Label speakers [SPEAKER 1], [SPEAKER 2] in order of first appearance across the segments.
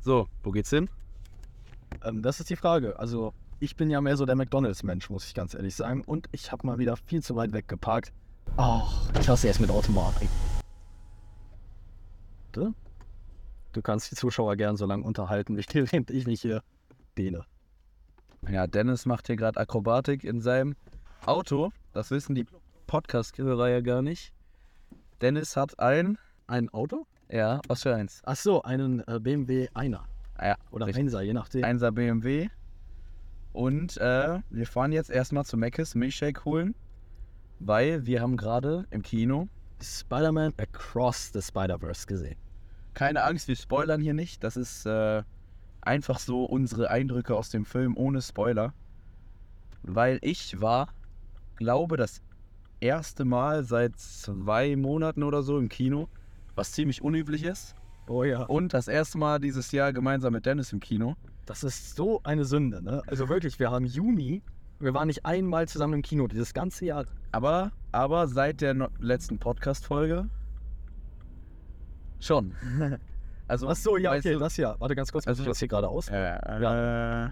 [SPEAKER 1] So, wo geht's hin?
[SPEAKER 2] Ähm, das ist die Frage. Also, ich bin ja mehr so der McDonalds-Mensch, muss ich ganz ehrlich sagen. Und ich habe mal wieder viel zu weit weggeparkt. Ach, ich hasse es mit Automatik. Du? du kannst die Zuschauer gern so lange unterhalten, wie während ich mich hier dehne.
[SPEAKER 1] Ja, Dennis macht hier gerade Akrobatik in seinem Auto. Das wissen die Podcast-Hörer ja gar nicht. Dennis hat ein.
[SPEAKER 2] Ein Auto?
[SPEAKER 1] Ja, was für eins?
[SPEAKER 2] Ach so, einen äh, BMW Einer.
[SPEAKER 1] Ah Ja,
[SPEAKER 2] Oder
[SPEAKER 1] richtig.
[SPEAKER 2] Einser, je nachdem.
[SPEAKER 1] Einser BMW. Und äh, wir fahren jetzt erstmal zu Mc's Milchshake holen, weil wir haben gerade im Kino,
[SPEAKER 2] Spider-Man Across the Spider-Verse gesehen.
[SPEAKER 1] keine Angst, wir spoilern hier nicht, das ist äh, einfach so unsere Eindrücke aus dem Film ohne Spoiler, weil ich war, glaube das erste Mal seit zwei Monaten oder so im Kino, was ziemlich unüblich ist,
[SPEAKER 2] Oh ja.
[SPEAKER 1] und das erste Mal dieses Jahr gemeinsam mit Dennis im Kino.
[SPEAKER 2] Das ist so eine Sünde, ne? Also wirklich, wir haben Juni, wir waren nicht einmal zusammen im Kino, dieses ganze Jahr.
[SPEAKER 1] Aber, aber seit der no letzten Podcast-Folge schon. Also,
[SPEAKER 2] Ach so, ja,
[SPEAKER 1] weißt
[SPEAKER 2] okay,
[SPEAKER 1] du-
[SPEAKER 2] das ja. Warte ganz kurz, also
[SPEAKER 1] Also-
[SPEAKER 2] ich das hier gerade aus.
[SPEAKER 1] Äh, äh,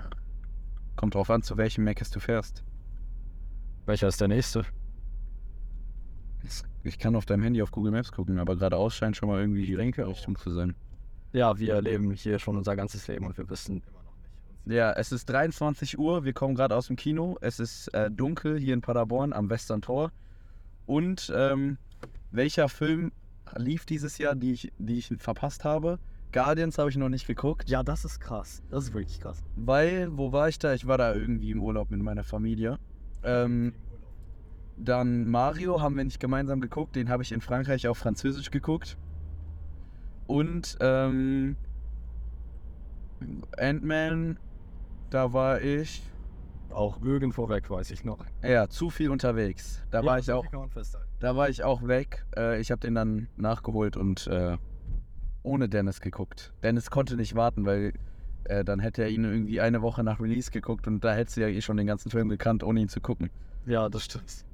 [SPEAKER 1] kommt drauf an, zu welchem Mac du fährst.
[SPEAKER 2] Welcher ist der nächste?
[SPEAKER 1] Ich kann auf deinem Handy auf Google Maps gucken, aber geradeaus scheint schon mal irgendwie die linke Richtung zu sein.
[SPEAKER 2] Ja, wir leben hier schon unser ganzes Leben und wir wissen.
[SPEAKER 1] Ja, es ist 23 Uhr, wir kommen gerade aus dem Kino. Es ist äh, dunkel hier in Paderborn am Western Tor. Und ähm, welcher Film lief dieses Jahr, die ich, die ich verpasst habe? Guardians habe ich noch nicht geguckt.
[SPEAKER 2] Ja, das ist krass. Das ist wirklich krass.
[SPEAKER 1] Weil, wo war ich da? Ich war da irgendwie im Urlaub mit meiner Familie. Ähm, dann Mario haben wir nicht gemeinsam geguckt, den habe ich in Frankreich auf Französisch geguckt. Und ähm, Ant-Man, da war ich
[SPEAKER 2] Auch irgendwo weg, weiß ich noch.
[SPEAKER 1] ja zu viel unterwegs. Da war ich auch, da war ich auch weg. Äh, ich habe den dann nachgeholt und äh, ohne Dennis geguckt. Dennis konnte nicht warten, weil äh, dann hätte er ihn irgendwie eine Woche nach Release geguckt und da hättest du ja eh schon den ganzen Film gekannt, ohne ihn zu gucken.
[SPEAKER 2] Ja, das stimmt.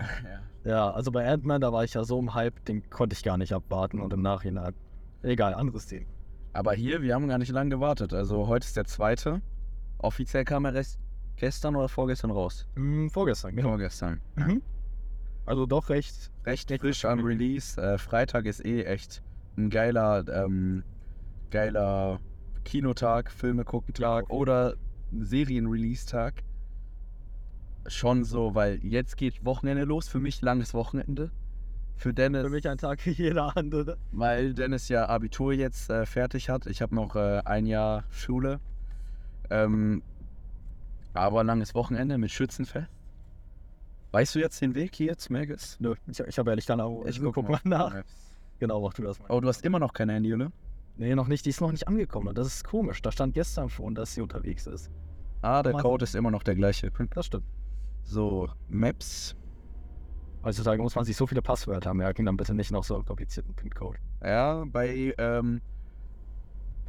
[SPEAKER 2] Ja, also bei Ant-Man, da war ich ja so im Hype, den konnte ich gar nicht abwarten und im Nachhinein. Egal, anderes Thema.
[SPEAKER 1] Aber hier, wir haben gar nicht lange gewartet. Also heute ist der zweite. Offiziell kam er erst gestern oder vorgestern raus.
[SPEAKER 2] Hm, vorgestern, genau.
[SPEAKER 1] Vorgestern.
[SPEAKER 2] Mhm. Also doch recht.
[SPEAKER 1] Recht frisch am Release. Äh, Freitag ist eh echt ein geiler, ähm, geiler Kinotag, Filme gucken Tag oder Serien-Release-Tag. Schon so, weil jetzt geht Wochenende los. Für mich langes Wochenende. Für Dennis.
[SPEAKER 2] äh, Für mich ein Tag wie jeder andere.
[SPEAKER 1] Weil Dennis ja Abitur jetzt äh, fertig hat. Ich habe noch äh, ein Jahr Schule. Ähm, aber langes Wochenende mit Schützenfest. Weißt du jetzt den Weg hier zu Megis?
[SPEAKER 2] Nö, ich, ich habe ehrlich keine Ahnung.
[SPEAKER 1] guck
[SPEAKER 2] Genau, mach du das mal.
[SPEAKER 1] Oh, du hast immer noch kein Handy, oder?
[SPEAKER 2] Nee, noch nicht. Die ist noch nicht angekommen. Und das ist komisch. Da stand gestern schon, dass sie unterwegs ist.
[SPEAKER 1] Ah, der
[SPEAKER 2] Mann.
[SPEAKER 1] Code ist immer noch der gleiche.
[SPEAKER 2] Das stimmt.
[SPEAKER 1] So, Maps.
[SPEAKER 2] Heutzutage muss man sich so viele Passwörter merken, dann bitte nicht noch so einen komplizierten PIN-Code.
[SPEAKER 1] Ja, bei, ähm,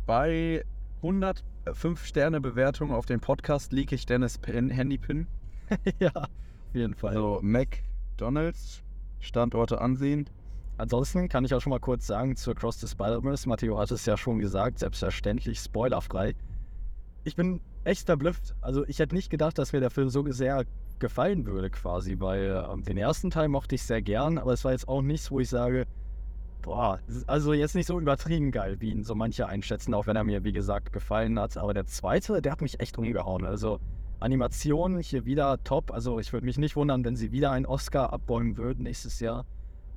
[SPEAKER 1] bei 105 Sterne Bewertung auf den Podcast liege ich Dennis Pin, Handypin.
[SPEAKER 2] ja, auf jeden Fall.
[SPEAKER 1] Also McDonalds, Standorte ansehen.
[SPEAKER 2] Ansonsten kann ich auch schon mal kurz sagen zu Across the Spider-Verse. Matteo hat es ja schon gesagt, selbstverständlich spoilerfrei. Ich bin echt verblüfft. Also, ich hätte nicht gedacht, dass mir der Film so sehr gefallen würde, quasi, weil ähm, den ersten Teil mochte ich sehr gern, aber es war jetzt auch nichts, wo ich sage, boah, es ist also jetzt nicht so übertrieben geil, wie ihn so manche einschätzen, auch wenn er mir, wie gesagt, gefallen hat. Aber der zweite, der hat mich echt umgehauen. Also, Animation hier wieder top. Also, ich würde mich nicht wundern, wenn sie wieder einen Oscar abräumen würden nächstes Jahr.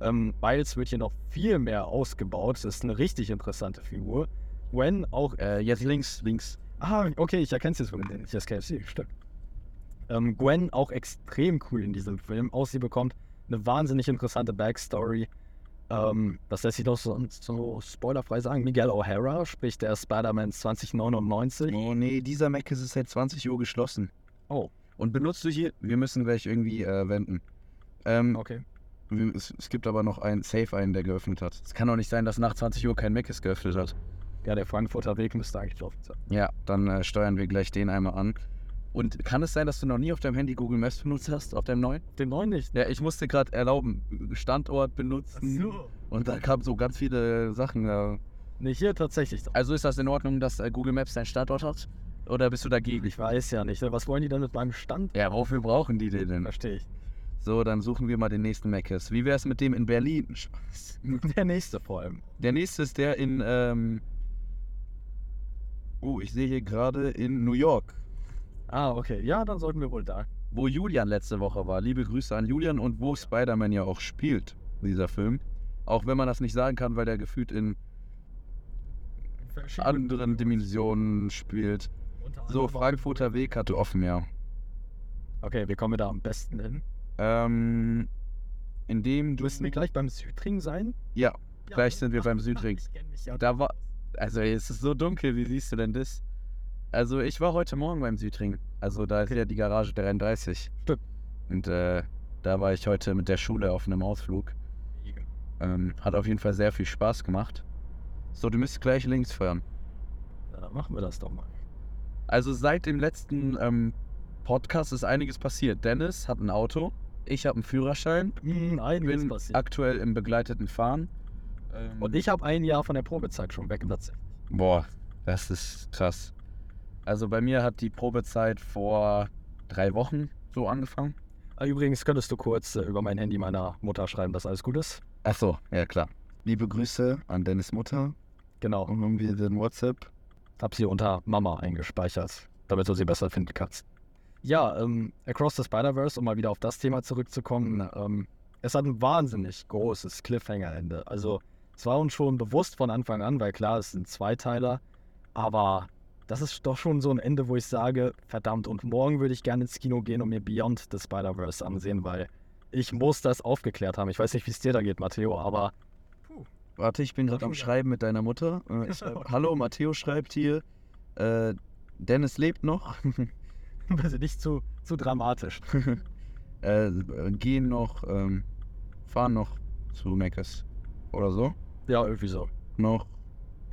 [SPEAKER 2] Ähm, Miles wird hier noch viel mehr ausgebaut. Das ist eine richtig interessante Figur. Gwen auch.
[SPEAKER 1] Äh, jetzt links, links.
[SPEAKER 2] Ah, okay, ich erkenne es jetzt von den das KFC, stimmt. Ähm, Gwen auch extrem cool in diesem Film. Auch sie bekommt eine wahnsinnig interessante Backstory. Ähm, das lässt sich doch so, so spoilerfrei sagen. Miguel O'Hara, sprich der Spider-Man 2099.
[SPEAKER 1] Oh nee, dieser Mac ist seit 20 Uhr geschlossen.
[SPEAKER 2] Oh,
[SPEAKER 1] Und benutzt du hier? Wir müssen gleich irgendwie äh, wenden. Ähm,
[SPEAKER 2] okay.
[SPEAKER 1] wir- es, es gibt aber noch einen Safe einen, der geöffnet hat. Es kann doch nicht sein, dass nach 20 Uhr kein Mac ist geöffnet hat.
[SPEAKER 2] Ja, der Frankfurter Weg müsste eigentlich offen sein.
[SPEAKER 1] Ja, dann äh, steuern wir gleich den einmal an. Und kann es sein, dass du noch nie auf deinem Handy Google Maps benutzt hast, auf deinem neuen?
[SPEAKER 2] Den neuen nicht.
[SPEAKER 1] Ja, ich musste gerade erlauben, Standort benutzen. Und da kamen so ganz viele Sachen. Äh,
[SPEAKER 2] Nee, hier tatsächlich.
[SPEAKER 1] Also ist das in Ordnung, dass äh, Google Maps seinen Standort hat? Oder bist du dagegen?
[SPEAKER 2] Ich weiß ja nicht. ne? Was wollen die denn mit meinem Stand?
[SPEAKER 1] Ja, wofür brauchen die den denn?
[SPEAKER 2] Verstehe ich.
[SPEAKER 1] So, dann suchen wir mal den nächsten Meckes. Wie wäre es mit dem in Berlin?
[SPEAKER 2] Der nächste vor allem.
[SPEAKER 1] Der nächste ist der in, ähm... Oh, ich sehe hier gerade in New York,
[SPEAKER 2] Ah, okay. Ja, dann sollten wir wohl da.
[SPEAKER 1] wo Julian letzte Woche war. Liebe Grüße an Julian und wo Spider-Man ja auch spielt, dieser Film. Auch wenn man das nicht sagen kann, weil der gefühlt in anderen Dimensionen spielt. So, Frankfurter Weg hatte offen, ja.
[SPEAKER 2] Okay, wir kommen da am besten hin.
[SPEAKER 1] Ähm, indem du.
[SPEAKER 2] Müssen wir gleich beim Südring sein? ne?
[SPEAKER 1] Ja, Gleich sind wir beim Südring.
[SPEAKER 2] Ich kenn mich ja.
[SPEAKER 1] da war. Also, es ist so dunkel, wie siehst du denn das? Also, ich war heute Morgen beim Südring. Also, da ist ja die Garage der 33.
[SPEAKER 2] Stimmt.
[SPEAKER 1] Und äh, da war ich heute mit der Schule auf einem Ausflug. Ähm, hat auf jeden Fall sehr viel Spaß gemacht. So, du müsst gleich links fahren.
[SPEAKER 2] Na, dann machen wir das doch mal.
[SPEAKER 1] Also seit dem letzten ähm, Podcast ist einiges passiert. Dennis hat ein Auto, ich habe einen Führerschein,
[SPEAKER 2] Hm, einiges
[SPEAKER 1] bin
[SPEAKER 2] passiert.
[SPEAKER 1] aktuell im begleiteten Fahren. Ähm,
[SPEAKER 2] Und ich habe ein Jahr von der Probezeit schon weg. tatsächlich.
[SPEAKER 1] Boah, das ist krass. Also bei mir hat die Probezeit vor drei Wochen so angefangen.
[SPEAKER 2] Ah, Übrigens könntest du kurz äh, über mein Handy meiner Mutter schreiben, dass alles gut ist.
[SPEAKER 1] Ach so, ja klar. Liebe Grüße an Dennis Mutter
[SPEAKER 2] Genau.
[SPEAKER 1] und irgendwie den WhatsApp.
[SPEAKER 2] Hab sie unter Mama eingespeichert, damit du sie besser finden kannst. Ja, ähm, Across the Spider-Verse, um mal wieder auf das Thema
[SPEAKER 1] Mhm.
[SPEAKER 2] zurückzukommen, ähm, es hat ein wahnsinnig großes Cliffhanger-Ende. Also, es war uns schon bewusst von Anfang an, weil klar, es sind Zweiteiler, aber das ist doch schon so ein Ende, wo ich sage, verdammt, und morgen würde ich gerne ins Kino gehen und mir Beyond the Spider-Verse ansehen, weil ich muss das aufgeklärt haben. Ich weiß nicht, wie es dir da geht, Matteo, aber
[SPEAKER 1] Warte, ich bin gerade am Schreiben mit deiner Mutter. Äh, Ich schreib, Hallo, Matteo schreibt hier. Äh, Dennis lebt noch.
[SPEAKER 2] also nicht zu, zu dramatisch.
[SPEAKER 1] äh, gehen noch, ähm, fahren noch zu Meckes oder so.
[SPEAKER 2] Ja, irgendwie so.
[SPEAKER 1] Noch.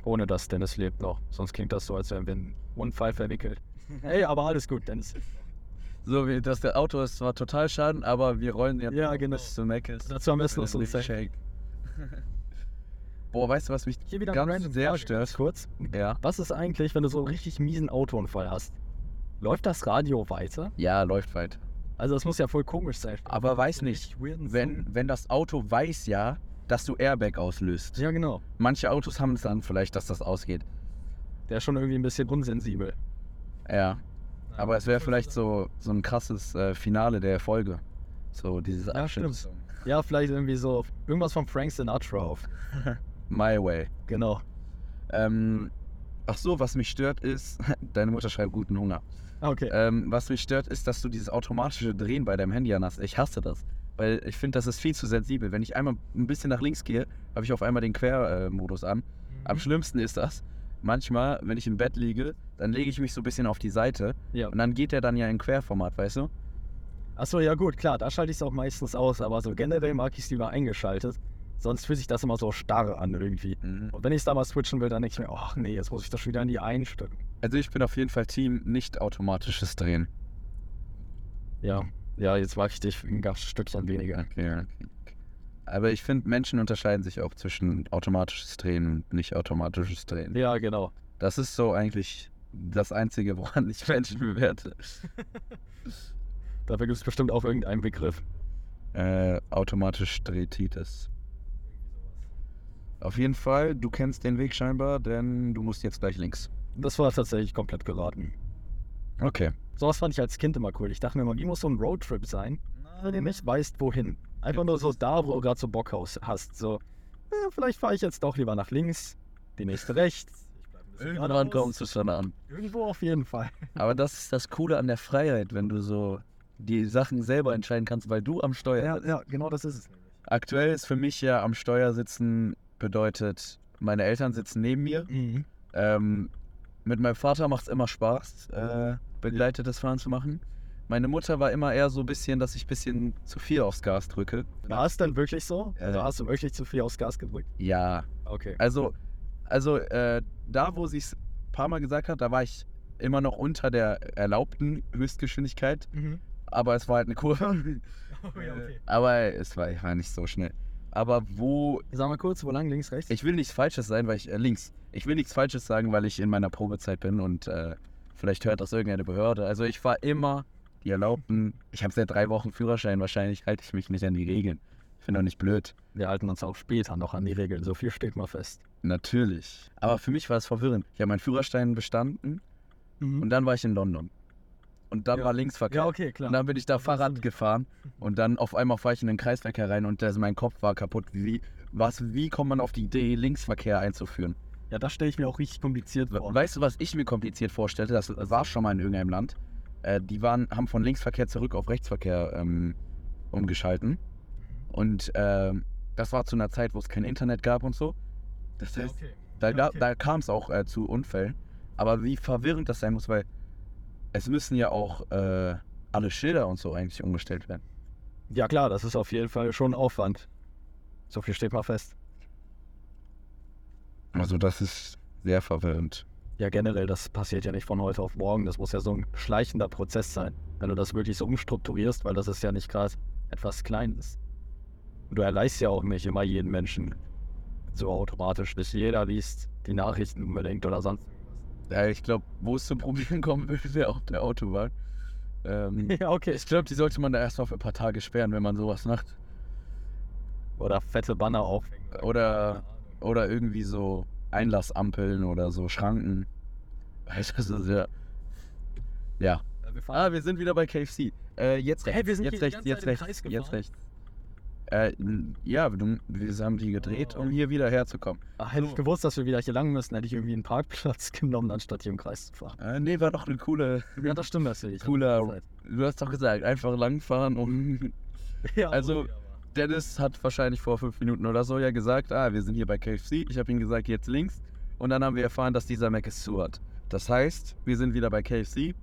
[SPEAKER 2] Ohne dass Dennis lebt noch. Sonst klingt das so, als wären wir in einen Unfall verwickelt. Ey, aber alles gut, Dennis.
[SPEAKER 1] So, wie- das der Auto ist zwar total schaden, aber wir rollen jetzt
[SPEAKER 2] Ja,
[SPEAKER 1] noch
[SPEAKER 2] genau.
[SPEAKER 1] bis zu Meckes.
[SPEAKER 2] Dazu am besten
[SPEAKER 1] Wenn
[SPEAKER 2] noch so
[SPEAKER 1] es
[SPEAKER 2] ein
[SPEAKER 1] richtig
[SPEAKER 2] Zeichen.
[SPEAKER 1] shake. Boah, weißt du, was mich
[SPEAKER 2] Hier wieder
[SPEAKER 1] Ganz
[SPEAKER 2] eine random
[SPEAKER 1] sehr
[SPEAKER 2] Frage,
[SPEAKER 1] stört.
[SPEAKER 2] ganz kurz.
[SPEAKER 1] Ja.
[SPEAKER 2] Was ist eigentlich, wenn du so einen richtig miesen Autounfall hast? Läuft das Radio weiter?
[SPEAKER 1] Ja, läuft weit.
[SPEAKER 2] Also das muss ja voll komisch sein.
[SPEAKER 1] Aber weiß
[SPEAKER 2] So
[SPEAKER 1] nicht,
[SPEAKER 2] richtig weirden
[SPEAKER 1] wenn, wenn das Auto weiß ja, dass du Airbag
[SPEAKER 2] Song.
[SPEAKER 1] auslöst.
[SPEAKER 2] Ja, genau.
[SPEAKER 1] Manche Autos haben es dann vielleicht, dass das ausgeht.
[SPEAKER 2] Der ist schon irgendwie ein bisschen unsensibel.
[SPEAKER 1] Ja. Aber es wäre vielleicht so, so ein krasses äh, Finale der Folge. So dieses
[SPEAKER 2] Ja,
[SPEAKER 1] Abschnitt.
[SPEAKER 2] Ja, vielleicht irgendwie so irgendwas von Frank Sinatra auf.
[SPEAKER 1] My Way.
[SPEAKER 2] Genau.
[SPEAKER 1] Ähm, ach so, was mich stört ist, deine Mutter schreibt guten Hunger.
[SPEAKER 2] Ah, Okay.
[SPEAKER 1] Ähm, was mich stört ist, dass du dieses automatische Drehen bei deinem Handy an hast. Ich hasse das, weil ich finde, das ist viel zu sensibel. Wenn ich einmal ein bisschen nach links gehe, habe ich auf einmal den Quermodus an.
[SPEAKER 2] Mhm.
[SPEAKER 1] Am schlimmsten ist das. Manchmal, wenn ich im Bett liege, dann lege ich mich so ein bisschen auf die Seite
[SPEAKER 2] Ja.
[SPEAKER 1] und dann geht der dann ja in Querformat, weißt du?
[SPEAKER 2] Achso, ja gut, klar, da schalte ich es auch meistens aus, aber so generell mag ich es lieber eingeschaltet. Sonst fühlt sich das immer so starr an irgendwie. Und wenn ich es da mal switchen will, dann denke ich mir, ach nee, jetzt muss ich das schon wieder in die einstücken.
[SPEAKER 1] Also ich bin auf jeden Fall Team nicht automatisches Drehen.
[SPEAKER 2] Ja, ja, jetzt mag ich dich ein ganzes Stückchen weniger.
[SPEAKER 1] Okay, okay. Aber ich finde, Menschen unterscheiden sich auch zwischen automatisches Drehen und nicht automatisches Drehen.
[SPEAKER 2] Ja, genau.
[SPEAKER 1] Das ist so eigentlich das Einzige, woran ich Menschen bewerte.
[SPEAKER 2] Dafür gibt es bestimmt auch irgendeinen Begriff.
[SPEAKER 1] Äh, automatisch Drehtitis. Auf jeden Fall, du kennst den Weg scheinbar, denn du musst jetzt gleich links.
[SPEAKER 2] Das war tatsächlich komplett geraten.
[SPEAKER 1] Okay.
[SPEAKER 2] Sowas fand ich als Kind immer cool. Ich dachte mir immer, wie muss so ein Roadtrip sein, wenn du nicht weißt, wohin. Einfach nur so da, wo du gerade so Bock haus- hast. So, äh, vielleicht fahre ich jetzt doch lieber nach links, die nächste rechts. Ich bleib ein bisschen
[SPEAKER 1] Irgendwann
[SPEAKER 2] geradeaus.
[SPEAKER 1] kommst du schon an.
[SPEAKER 2] Irgendwo auf jeden Fall.
[SPEAKER 1] Aber das ist das Coole an der Freiheit, wenn du so die Sachen selber entscheiden kannst, weil du am Steuer sitzt.
[SPEAKER 2] genau das ist es.
[SPEAKER 1] Aktuell ist für mich ja am Steuer sitzen bedeutet, meine Eltern sitzen neben mir.
[SPEAKER 2] Mhm.
[SPEAKER 1] Ähm, mit meinem Vater macht es immer Spaß, äh, begleitetes Fahren zu machen. Meine Mutter war immer eher so ein bisschen, dass ich ein bisschen zu viel aufs Gas drücke.
[SPEAKER 2] War es dann wirklich so?
[SPEAKER 1] Ja.
[SPEAKER 2] Also hast du wirklich zu viel aufs Gas gedrückt?
[SPEAKER 1] Ja,
[SPEAKER 2] Okay.
[SPEAKER 1] also, also äh, da, wo sie es ein paar Mal gesagt hat, da war ich immer noch unter der erlaubten Höchstgeschwindigkeit,
[SPEAKER 2] Mhm.
[SPEAKER 1] aber es war halt eine Kurve.
[SPEAKER 2] Oh, ja, okay.
[SPEAKER 1] Aber es war, ich war nicht so schnell. Aber wo,
[SPEAKER 2] Sag mal kurz, wo lang, links, rechts?
[SPEAKER 1] ich will nichts Falsches sein, weil ich äh, links. Ich will nichts Falsches sagen, weil ich in meiner Probezeit bin und äh, vielleicht hört das irgendeine Behörde. Also ich fahre immer die erlaubten. Ich habe seit drei Wochen Führerschein, wahrscheinlich halte ich mich nicht an die Regeln. Ich bin doch nicht blöd.
[SPEAKER 2] Wir halten uns auch später noch an die Regeln, so viel steht mal fest.
[SPEAKER 1] Natürlich. Aber für mich war es verwirrend. Ich habe meinen Führerschein bestanden und
[SPEAKER 2] Und-
[SPEAKER 1] dann war ich in London. Und dann
[SPEAKER 2] Ja.
[SPEAKER 1] war Linksverkehr.
[SPEAKER 2] Ja, okay, klar.
[SPEAKER 1] Und dann bin ich da
[SPEAKER 2] Das ist
[SPEAKER 1] Fahrrad
[SPEAKER 2] nicht-
[SPEAKER 1] gefahren und dann auf einmal fahre ich in den Kreisverkehr rein und das, mein Kopf war kaputt. Wie, was, wie kommt man auf die Idee, Linksverkehr einzuführen?
[SPEAKER 2] ja, das stelle ich mir auch richtig kompliziert
[SPEAKER 1] We-
[SPEAKER 2] vor.
[SPEAKER 1] Weißt du, was ich mir kompliziert vorstellte? Das war schon mal in irgendeinem Land. Äh, die waren, haben von Linksverkehr zurück auf Rechtsverkehr ähm, umgeschalten. Und ähm, das war zu einer Zeit, wo es kein Internet gab und so. Das heißt, da,
[SPEAKER 2] Ja,
[SPEAKER 1] ga-
[SPEAKER 2] okay.
[SPEAKER 1] da kam es auch äh, zu Unfällen. Aber wie verwirrend das sein muss, weil es müssen ja auch äh, alle Schilder und so eigentlich umgestellt werden.
[SPEAKER 2] Ja klar, das ist auf jeden Fall schon Aufwand. So viel steht mal fest.
[SPEAKER 1] Also das ist sehr verwirrend.
[SPEAKER 2] Ja, generell, das passiert ja nicht von heute auf morgen. Das muss ja so ein schleichender Prozess sein, wenn du das wirklich so umstrukturierst, weil das ist ja nicht gerade etwas Kleines. Und du erleichst ja auch nicht immer jeden Menschen so automatisch. Nicht jeder liest die Nachrichten unbedingt oder sonst.
[SPEAKER 1] Ja, ich glaube, wo es zu Problemen kommen würde, wäre auf der Autobahn. Ähm,
[SPEAKER 2] Ja, okay.
[SPEAKER 1] ich glaube, die sollte man da erstmal für ein paar Tage sperren, wenn man sowas macht.
[SPEAKER 2] Oder fette Banner aufhängen.
[SPEAKER 1] Oder, oder irgendwie so Einlassampeln oder so Schranken. Weißt du, das ist ja. Ja.
[SPEAKER 2] Äh, Wir fahren
[SPEAKER 1] Ah, wir sind wieder bei KFC. Äh, jetzt
[SPEAKER 2] Hä,
[SPEAKER 1] rechts.
[SPEAKER 2] wir sind hier
[SPEAKER 1] jetzt
[SPEAKER 2] die
[SPEAKER 1] rechts,
[SPEAKER 2] ganze
[SPEAKER 1] jetzt
[SPEAKER 2] Zeit im
[SPEAKER 1] rechts,
[SPEAKER 2] Kreis
[SPEAKER 1] jetzt
[SPEAKER 2] gefahren?
[SPEAKER 1] rechts. Äh, n- ja, wir, wir haben die gedreht, um
[SPEAKER 2] Oh.
[SPEAKER 1] hier wieder herzukommen.
[SPEAKER 2] Ah, hätte
[SPEAKER 1] So.
[SPEAKER 2] ich gewusst, dass wir wieder hier lang müssen, hätte ich irgendwie einen Parkplatz genommen, anstatt hier im Kreis zu fahren.
[SPEAKER 1] Äh, nee, war doch eine coole.
[SPEAKER 2] Ja, das stimmt natürlich.
[SPEAKER 1] Cooler- Du hast doch gesagt, einfach langfahren um und
[SPEAKER 2] Ja,
[SPEAKER 1] Also- Dennis hat wahrscheinlich vor fünf Minuten oder so ja gesagt, ah, wir sind hier bei KFC. Ich habe ihm gesagt, jetzt links. Und dann haben wir erfahren, dass dieser Mac es zu hat. Das heißt, wir sind wieder bei KFC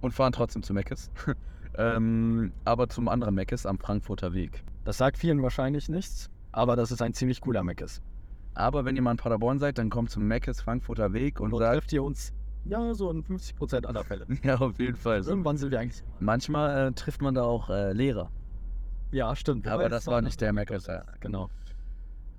[SPEAKER 1] und fahren trotzdem zu Mc's. ähm, aber zum anderen Mc's am Frankfurter Weg.
[SPEAKER 2] Das sagt vielen wahrscheinlich nichts, aber das ist ein ziemlich cooler Mac ist.
[SPEAKER 1] Aber wenn ihr mal in Paderborn seid, dann kommt zum Mc's Frankfurter Weg und
[SPEAKER 2] Und
[SPEAKER 1] sagt,
[SPEAKER 2] trefft ihr uns ja so in 50% aller Fälle. Also
[SPEAKER 1] ja, auf jeden Fall. So.
[SPEAKER 2] Irgendwann sind wir eigentlich.
[SPEAKER 1] Manchmal äh, trifft man da auch äh, Lehrer.
[SPEAKER 2] Ja, stimmt.
[SPEAKER 1] Aber
[SPEAKER 2] Wobei,
[SPEAKER 1] das war nicht der Mc's, ja.
[SPEAKER 2] Genau.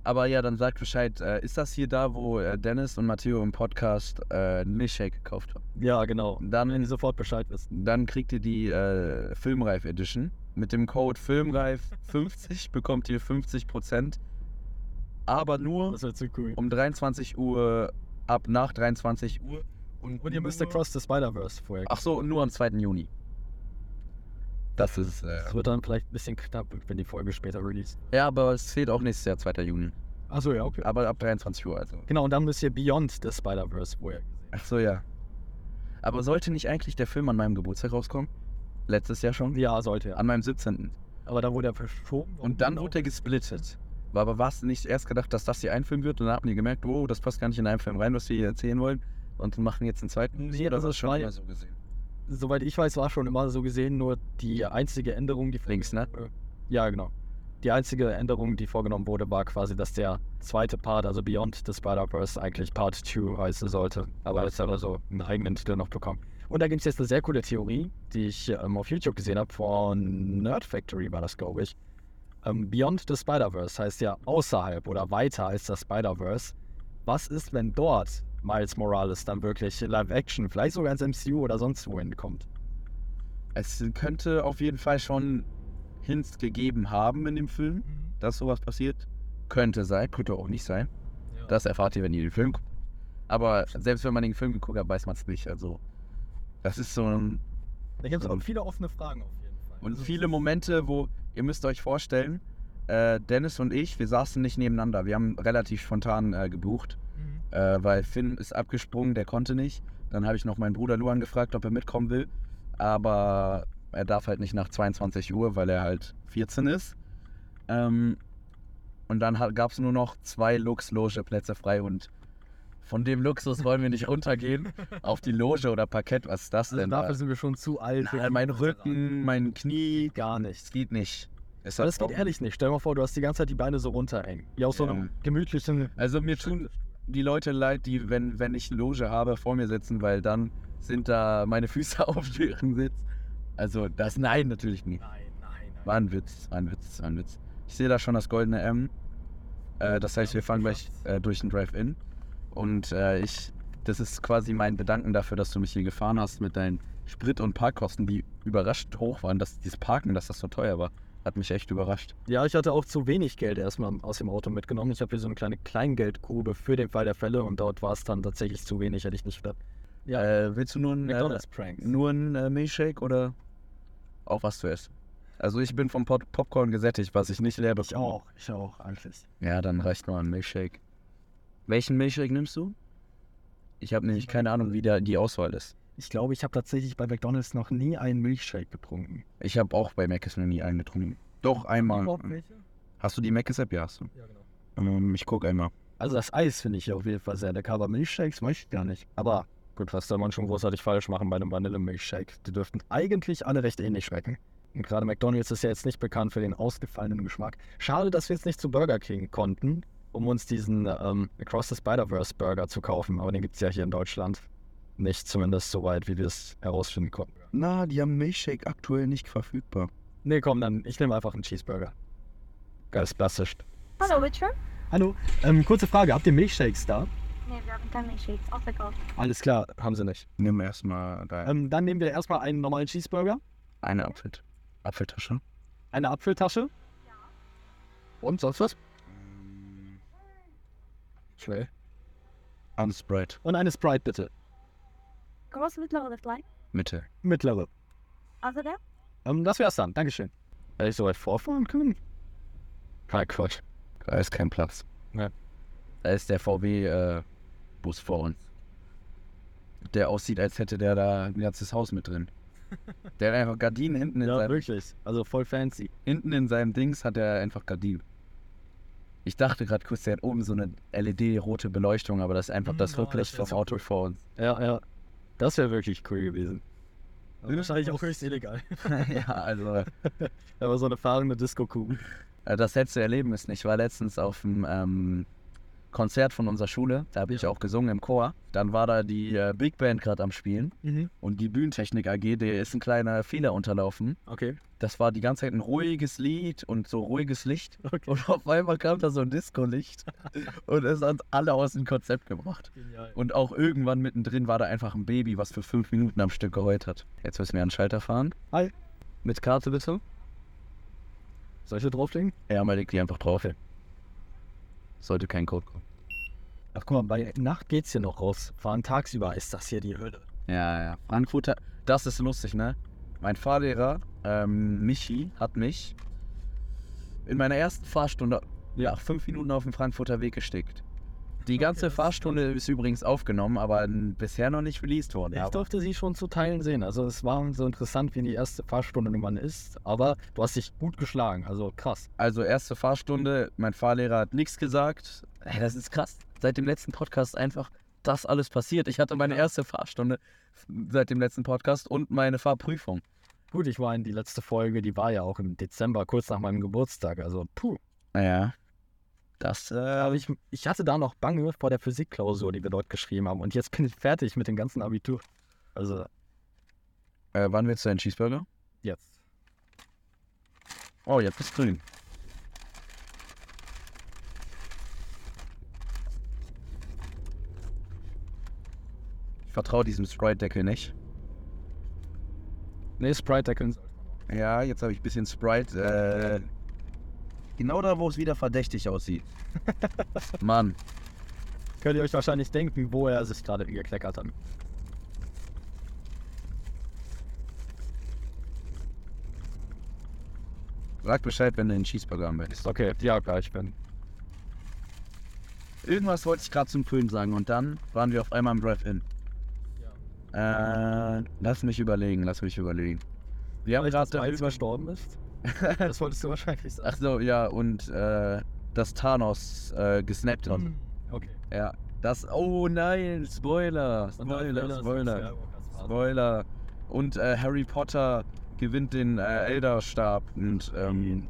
[SPEAKER 1] Aber ja, dann sagt Bescheid, äh, ist das hier da, wo äh, Dennis und Matteo im Podcast äh, einen Milchshake gekauft haben?
[SPEAKER 2] Ja, genau.
[SPEAKER 1] Dann
[SPEAKER 2] Wenn ihr sofort Bescheid wisst.
[SPEAKER 1] Dann kriegt ihr die äh, Filmreif Edition. Mit dem Code Filmreif50 bekommt ihr 50%. Aber nur
[SPEAKER 2] Das wird zu cool.
[SPEAKER 1] um 23 Uhr, ab nach 23 Uhr.
[SPEAKER 2] Und ihr müsst Across the Spider-Verse vorher.
[SPEAKER 1] Ach so, und nur am 2. Juni. Das ist. Äh,
[SPEAKER 2] Das wird dann vielleicht ein bisschen knapp, wenn die Folge später released.
[SPEAKER 1] ja, aber es fehlt auch nächstes Jahr, 2. Juni.
[SPEAKER 2] Achso, ja, okay.
[SPEAKER 1] Aber ab 23 Uhr, also.
[SPEAKER 2] Genau, und dann müsst ihr Beyond the Spider-Verse vorher.
[SPEAKER 1] Ach so, ja. Aber sollte nicht eigentlich der Film an meinem Geburtstag rauskommen? Letztes Jahr schon?
[SPEAKER 2] Ja, sollte ja.
[SPEAKER 1] An meinem 17.
[SPEAKER 2] Aber dann wurde er verschoben. Genau.
[SPEAKER 1] Und dann wurde er gesplittet. War aber was nicht erst gedacht, dass das hier ein Film wird und dann haben die gemerkt, wow, das passt gar nicht in einen Film rein, was wir hier erzählen wollen. Und machen jetzt einen zweiten.
[SPEAKER 2] Nee, das
[SPEAKER 1] war's
[SPEAKER 2] ist frei.
[SPEAKER 1] immer so gesehen.
[SPEAKER 2] soweit ich weiß, war schon immer so gesehen nur die einzige Änderung, die
[SPEAKER 1] Links, ne?
[SPEAKER 2] Ja, genau. Die einzige Änderung, die vorgenommen wurde, war quasi, dass der zweite Part, also Beyond the Spider-Verse, eigentlich Part 2 heißen sollte. Aber jetzt hat er so einen eigenen Titel noch bekommen. Und da gibt es jetzt eine sehr coole Theorie, die ich ähm, auf YouTube gesehen habe, von Nerd Factory war das, glaube ich. Ähm, Beyond the Spider-Verse heißt ja außerhalb oder weiter als das Spider-Verse. Was ist, wenn dort Miles Morales dann wirklich Live-Action, vielleicht sogar ins MCU oder sonst wohin kommt?
[SPEAKER 1] Es könnte auf jeden Fall schon Hints gegeben haben in dem Film, dass sowas passiert. Könnte sein, könnte auch nicht sein. Das erfahrt ihr, wenn ihr den Film guckt. Aber selbst wenn man den Film geguckt hat, weiß man es nicht. Also, das ist so ein
[SPEAKER 2] Da gibt es auch viele offene Fragen auf jeden Fall. Also
[SPEAKER 1] Und viele Momente, wo, ihr müsst euch vorstellen, äh, Dennis und ich, wir saßen nicht nebeneinander. Wir haben relativ spontan äh, gebucht,
[SPEAKER 2] Mhm.
[SPEAKER 1] äh, weil Finn ist abgesprungen, der konnte nicht. Dann habe ich noch meinen Bruder Luan gefragt, ob er mitkommen will. Aber er darf halt nicht nach 22 Uhr, weil er halt 14 ist. Ähm, und dann gab es nur noch zwei Lux-Loge-Plätze frei und von dem Luxus wollen wir nicht runtergehen auf die Loge oder Parkett. Was ist das
[SPEAKER 2] also
[SPEAKER 1] denn?
[SPEAKER 2] dafür sind wir schon zu alt.
[SPEAKER 1] Nein, mein Rücken, mein Knie,
[SPEAKER 2] Gar
[SPEAKER 1] es
[SPEAKER 2] nichts.
[SPEAKER 1] geht nicht. Es
[SPEAKER 2] Aber
[SPEAKER 1] hat
[SPEAKER 2] das geht
[SPEAKER 1] auch-
[SPEAKER 2] ehrlich nicht. Stell dir mal vor, du hast die ganze Zeit die Beine so runterhängen. Wie aus so
[SPEAKER 1] Ja.
[SPEAKER 2] einem gemütlichen.
[SPEAKER 1] Also mir tun die Leute leid, die, wenn, wenn ich Loge habe, vor mir sitzen, weil dann sind da meine Füße auf deren Sitz. Also das nein, natürlich nicht.
[SPEAKER 2] Nein, nein,
[SPEAKER 1] War ein Witz, war ein Witz, war ein Witz. Ich sehe da schon das goldene M. Äh, das heißt, wir fahren gleich äh, durch den Drive-In. Und äh, ich, das ist quasi mein Bedanken dafür, dass du mich hier gefahren hast mit deinen Sprit- und Parkkosten, die überraschend hoch waren, dass dieses Parken, dass das so teuer war. Hat mich echt überrascht.
[SPEAKER 2] Ja, ich hatte auch zu wenig Geld erstmal aus dem Auto mitgenommen. Ich habe hier so eine kleine Kleingeldgrube für den Fall der Fälle und dort war es dann tatsächlich zu wenig, hätte ich nicht gedacht. Ja,
[SPEAKER 1] Äh, willst du nur einen, äh,
[SPEAKER 2] McDonalds-Pranks.
[SPEAKER 1] nur einen äh, Milchshake oder auch was du isst? Also ich bin vom Pop Popcorn gesättigt, was ich nicht leer
[SPEAKER 2] ich
[SPEAKER 1] bekomme.
[SPEAKER 2] auch, ich auch, eigentlich.
[SPEAKER 1] Ja, dann reicht nur ein Milchshake. Welchen Milchshake nimmst du? Ich habe nämlich keine Ahnung, wie da die Auswahl ist.
[SPEAKER 2] Ich glaube, ich habe tatsächlich bei McDonalds noch nie einen Milchshake getrunken.
[SPEAKER 1] Ich habe auch bei Mc's noch nie einen getrunken. Doch, einmal. Hast du die Mc's App? Ja, hast du.
[SPEAKER 2] Ja, genau.
[SPEAKER 1] Ähm, ich gucke einmal.
[SPEAKER 2] Also das Eis finde ich auf jeden Fall sehr lecker, aber Milchshakes möchte ich gar nicht. Aber gut, was soll man schon großartig falsch machen bei einem Vanillemilchshake? Die dürften eigentlich alle recht ähnlich schmecken. Und gerade McDonald's ist ja jetzt nicht bekannt für den ausgefallenen Geschmack. Schade, dass wir jetzt nicht zu Burger King konnten, um uns diesen ähm, Across the Spider-Verse Burger zu kaufen. Aber den gibt es ja hier in Deutschland nicht, zumindest so weit, wie wir es herausfinden konnten.
[SPEAKER 1] Na, die haben Milchshake aktuell nicht verfügbar.
[SPEAKER 2] Nee, komm, dann ich nehme einfach einen Cheeseburger. Ganz klassisch.
[SPEAKER 3] Hallo, Witcher.
[SPEAKER 2] Hallo, ähm, kurze Frage, habt ihr Milchshakes da?
[SPEAKER 3] Nee, wir haben keinen Milchshakes ausverkauft.
[SPEAKER 2] Alles klar, haben sie nicht.
[SPEAKER 1] Nimm erstmal deinen.
[SPEAKER 2] Ähm, dann nehmen wir erstmal einen normalen Cheeseburger,
[SPEAKER 1] Eine Apfel Apfeltasche.
[SPEAKER 2] eine Apfeltasche. Und sonst was? Ähm, Schnell.
[SPEAKER 1] Unsprite.
[SPEAKER 2] Und eine Sprite bitte.
[SPEAKER 3] Groß, mittlere oder klein?
[SPEAKER 1] Mitte.
[SPEAKER 2] Mittlere.
[SPEAKER 3] Also der?
[SPEAKER 2] Ähm, das wär's dann. Dankeschön. Hätte ich soweit vorfahren können? Kein Quatsch.
[SPEAKER 1] Da ist kein Platz.
[SPEAKER 2] Ja.
[SPEAKER 1] Da ist der VW-Bus vor uns. Der aussieht, als hätte der da ein ganzes Haus mit drin. Der hat einfach Gardinen hinten in,
[SPEAKER 2] Ja,
[SPEAKER 1] seinem,
[SPEAKER 2] wirklich. Also voll fancy.
[SPEAKER 1] hinten in seinem Dings hat er einfach Gardinen. Ich dachte gerade kurz, der hat oben so eine LED-rote Beleuchtung, aber das ist einfach
[SPEAKER 2] Mhm,
[SPEAKER 1] das
[SPEAKER 2] boah, das
[SPEAKER 1] Rücklicht
[SPEAKER 2] wär
[SPEAKER 1] vom
[SPEAKER 2] so
[SPEAKER 1] Auto
[SPEAKER 2] cool.
[SPEAKER 1] vor uns.
[SPEAKER 2] Ja, ja. Das wäre wirklich cool gewesen.
[SPEAKER 1] Aber wahrscheinlich auch höchst
[SPEAKER 2] illegal.
[SPEAKER 1] ja, also äh,
[SPEAKER 2] Aber so eine fahrende Disco-Kugel.
[SPEAKER 1] das hättest du erleben müssen. Ich war letztens auf dem ähm, Konzert von unserer Schule, da habe ich auch gesungen im Chor. Dann war da die äh, Big Band gerade am Spielen.
[SPEAKER 2] Mhm.
[SPEAKER 1] Und die Bühnentechnik AG, der ist ein kleiner Fehler unterlaufen.
[SPEAKER 2] Okay.
[SPEAKER 1] Das war die ganze Zeit ein ruhiges Lied und so ruhiges Licht.
[SPEAKER 2] okay.
[SPEAKER 1] Und auf einmal kam da so ein Disco-Licht und es hat alle aus dem Konzept gebracht.
[SPEAKER 2] Genial.
[SPEAKER 1] Und auch irgendwann mittendrin war da einfach ein Baby, was für fünf Minuten am Stück geheult hat. Jetzt müssen wir an den Schalter fahren.
[SPEAKER 2] Hi.
[SPEAKER 1] Mit Karte bitte?
[SPEAKER 2] Soll ich da drauflegen?
[SPEAKER 1] Ja, mal leg die einfach drauf. Sollte kein Code kommen.
[SPEAKER 2] Ach guck mal, bei Nacht geht's hier noch raus. Fahren tagsüber ist das hier die Hölle.
[SPEAKER 1] Ja, ja. Frankfurter, das ist lustig, ne? Mein Fahrlehrer, ähm, Michi, hat mich in meiner ersten Fahrstunde ja. nach fünf Minuten auf dem Frankfurter Weg gesteckt. Die ganze
[SPEAKER 2] das ist
[SPEAKER 1] Fahrstunde ist übrigens aufgenommen, aber n, bisher noch nicht released worden.
[SPEAKER 2] Ich
[SPEAKER 1] aber,
[SPEAKER 2] durfte sie schon zu Teilen sehen. Also es war so interessant, wie die erste Fahrstunde nun mal ist. Aber du hast dich gut geschlagen. Also krass.
[SPEAKER 1] also erste Fahrstunde, mein Fahrlehrer hat nichts gesagt. Ey, das ist krass. Seit dem letzten Podcast einfach das alles passiert. Ich hatte meine erste Fahrstunde seit dem letzten Podcast und meine Fahrprüfung.
[SPEAKER 2] Gut, ich war in die letzte Folge, die war ja auch im Dezember, kurz nach meinem Geburtstag. Also puh.
[SPEAKER 1] Ja. Das äh,
[SPEAKER 2] Aber ich, ich hatte da noch Bange vor der Physikklausur, die wir dort geschrieben haben. Und jetzt bin ich fertig mit dem ganzen Abitur. Also
[SPEAKER 1] Äh, wann willst du einen Cheeseburger?
[SPEAKER 2] jetzt.
[SPEAKER 1] Oh, jetzt ist grün. Ich vertraue diesem Sprite-Deckel nicht.
[SPEAKER 2] Nee, Sprite, da können
[SPEAKER 1] Ja, jetzt habe ich ein bisschen Sprite. Äh, genau da, wo es wieder verdächtig aussieht. Mann,
[SPEAKER 2] könnt ihr euch wahrscheinlich denken, wo er sich gerade gekleckert hat.
[SPEAKER 1] sag Bescheid, wenn du einen Cheeseburger haben willst.
[SPEAKER 2] Okay, ja, klar, ich bin.
[SPEAKER 1] Irgendwas wollte ich gerade zum Grün sagen und dann waren wir auf einmal im Drive-In. Äh, lass mich überlegen, lass mich überlegen. Wir haben
[SPEAKER 2] Weil
[SPEAKER 1] gerade
[SPEAKER 2] das
[SPEAKER 1] darüber-
[SPEAKER 2] Malz verstorben ist. das wolltest du wahrscheinlich
[SPEAKER 1] Ach
[SPEAKER 2] sagen.
[SPEAKER 1] so, ja, und äh, das Thanos äh, gesnappt hat.
[SPEAKER 2] Mhm. Hm. Okay.
[SPEAKER 1] Ja, das. Oh nein, Spoiler! Spoiler, Spoiler, Spoiler. Und äh, Harry Potter gewinnt den äh, Elderstab und, ähm,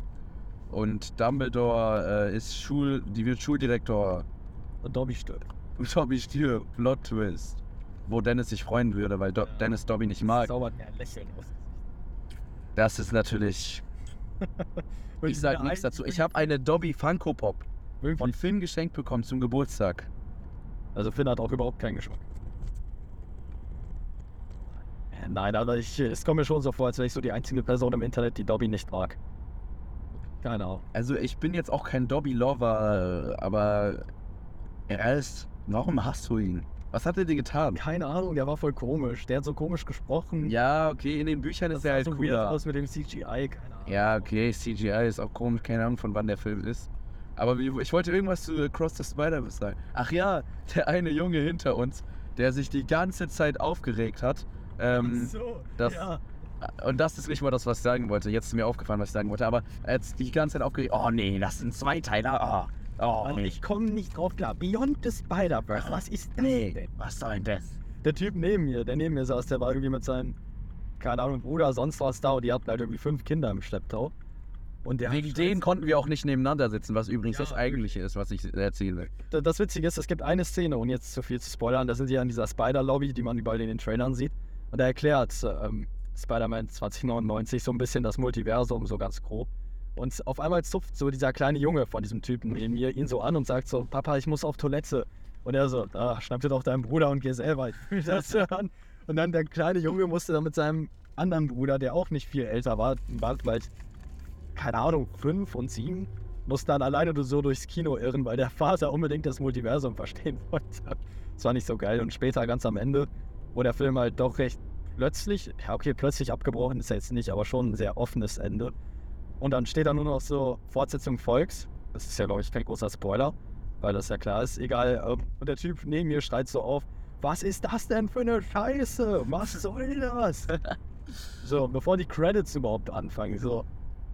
[SPEAKER 1] und Dumbledore äh, ist Schul. Die wird Schuldirektor.
[SPEAKER 2] Und Dobby stirbt.
[SPEAKER 1] Dobby stirbt. Plot Twist. Wo Dennis sich freuen würde, weil Do
[SPEAKER 2] Ja.
[SPEAKER 1] Dennis Dobby nicht mag.
[SPEAKER 2] Zaubert mir ein Lächeln aus.
[SPEAKER 1] Das ist natürlich. Ich sag nichts dazu. Ich habe eine Dobby Funko Pop
[SPEAKER 2] Wirklich?
[SPEAKER 1] von Finn geschenkt bekommen zum Geburtstag.
[SPEAKER 2] Also Finn hat auch überhaupt keinen Geschmack. Äh, Nein, aber ich, es kommt mir schon so vor, als wäre ich so die einzige Person im Internet, die Dobby nicht mag. Keine Ahnung.
[SPEAKER 1] Also ich bin jetzt auch kein Dobby-Lover, aber er ist. Warum hast du ihn? Was hat er dir getan?
[SPEAKER 2] Keine Ahnung, der war voll komisch. Der hat so komisch gesprochen.
[SPEAKER 1] Ja, okay, in den Büchern ist
[SPEAKER 2] das
[SPEAKER 1] er
[SPEAKER 2] sah
[SPEAKER 1] halt
[SPEAKER 2] so weird
[SPEAKER 1] cooler.
[SPEAKER 2] aus mit dem CGI, keine Ahnung.
[SPEAKER 1] Ja, okay, CGI ist auch komisch, keine Ahnung von wann der Film ist. Aber wie- ich wollte irgendwas zu Cross the Spider-Verse sagen. Ach ja, der eine Junge hinter uns, der sich die ganze Zeit aufgeregt hat. Ähm,
[SPEAKER 2] so,
[SPEAKER 1] das-
[SPEAKER 2] ja.
[SPEAKER 1] Und das ist nicht mal das, was ich sagen wollte. Jetzt ist mir aufgefallen, was ich sagen wollte. Aber jetzt die ganze Zeit aufgeregt. Oh nee, das sind Zweiteiler. Oh, oh
[SPEAKER 2] Mann,
[SPEAKER 1] nee.
[SPEAKER 2] ich komme nicht drauf klar. Beyond the Spider-Verse, was ist das
[SPEAKER 1] Nee,
[SPEAKER 2] denn?
[SPEAKER 1] was soll denn das?
[SPEAKER 2] Der Typ neben mir, der neben mir saß, der war irgendwie mit seinem, keine Ahnung, Bruder, sonst was da und die hatten halt irgendwie fünf Kinder im Schlepptau. Und der
[SPEAKER 1] Wegen
[SPEAKER 2] hat-
[SPEAKER 1] denen konnten wir auch nicht nebeneinander sitzen, was übrigens
[SPEAKER 2] Ja,
[SPEAKER 1] das Eigentliche ist, was ich erzählen will.
[SPEAKER 2] Da- Das Witzige ist, es gibt eine Szene, ohne jetzt zu viel zu spoilern, da sind sie ja in dieser Spider-Lobby, die man überall in den Trailern sieht. Und da erklärt ähm, Spider-Man 2099 so ein bisschen das Multiversum, so ganz grob. Und auf einmal zupft so dieser kleine Junge von diesem Typen neben mir ihn so an und sagt so, Papa, ich muss auf Toilette. Und er so, ah, schnapp dir doch deinen Bruder und geh selber. Ich fühl das an. Und dann der kleine Junge musste dann mit seinem anderen Bruder, der auch nicht viel älter war, war bald, keine Ahnung, fünf und sieben, muss dann alleine so durchs Kino irren, weil der Vater unbedingt das Multiversum verstehen wollte. Das war nicht so geil. Und später, ganz am Ende, wo der Film halt doch recht plötzlich, ja okay, plötzlich abgebrochen ist er jetzt nicht, aber schon ein sehr offenes Ende. Und dann steht da nur noch so Fortsetzung Volks. Das ist ja, glaube ich, kein großer Spoiler, weil das ja klar ist. Egal. ähm, Und der Typ neben mir schreit so auf, was ist das denn für eine Scheiße? Was soll das? so, bevor die Credits überhaupt anfangen, so,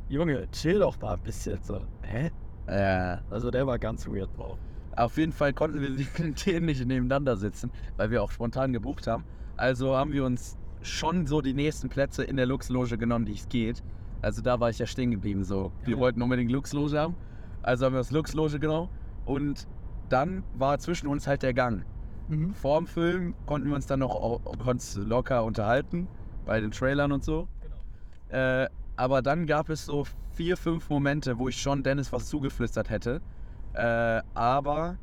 [SPEAKER 2] Junge, chill doch mal ein bisschen. So, hä?
[SPEAKER 1] Äh,
[SPEAKER 2] Also der war ganz weird drauf.
[SPEAKER 1] auf jeden Fall konnten wir mit denen nicht nebeneinander sitzen, weil wir auch spontan gebucht haben. Also haben wir uns schon so die nächsten Plätze in der Luxloge genommen, die es geht. Also da war ich ja stehen geblieben. So, wir
[SPEAKER 2] Ja.
[SPEAKER 1] wollten unbedingt Luxloge haben. Also haben wir uns Luxloge genommen. Und dann war zwischen uns halt der Gang.
[SPEAKER 2] Mhm.
[SPEAKER 1] Vor dem Film konnten wir uns dann noch au- ganz locker unterhalten, bei den Trailern und so.
[SPEAKER 2] Genau.
[SPEAKER 1] Äh, aber dann gab es so vier, fünf Momente, wo ich schon Dennis was zugeflüstert hätte. Äh, aber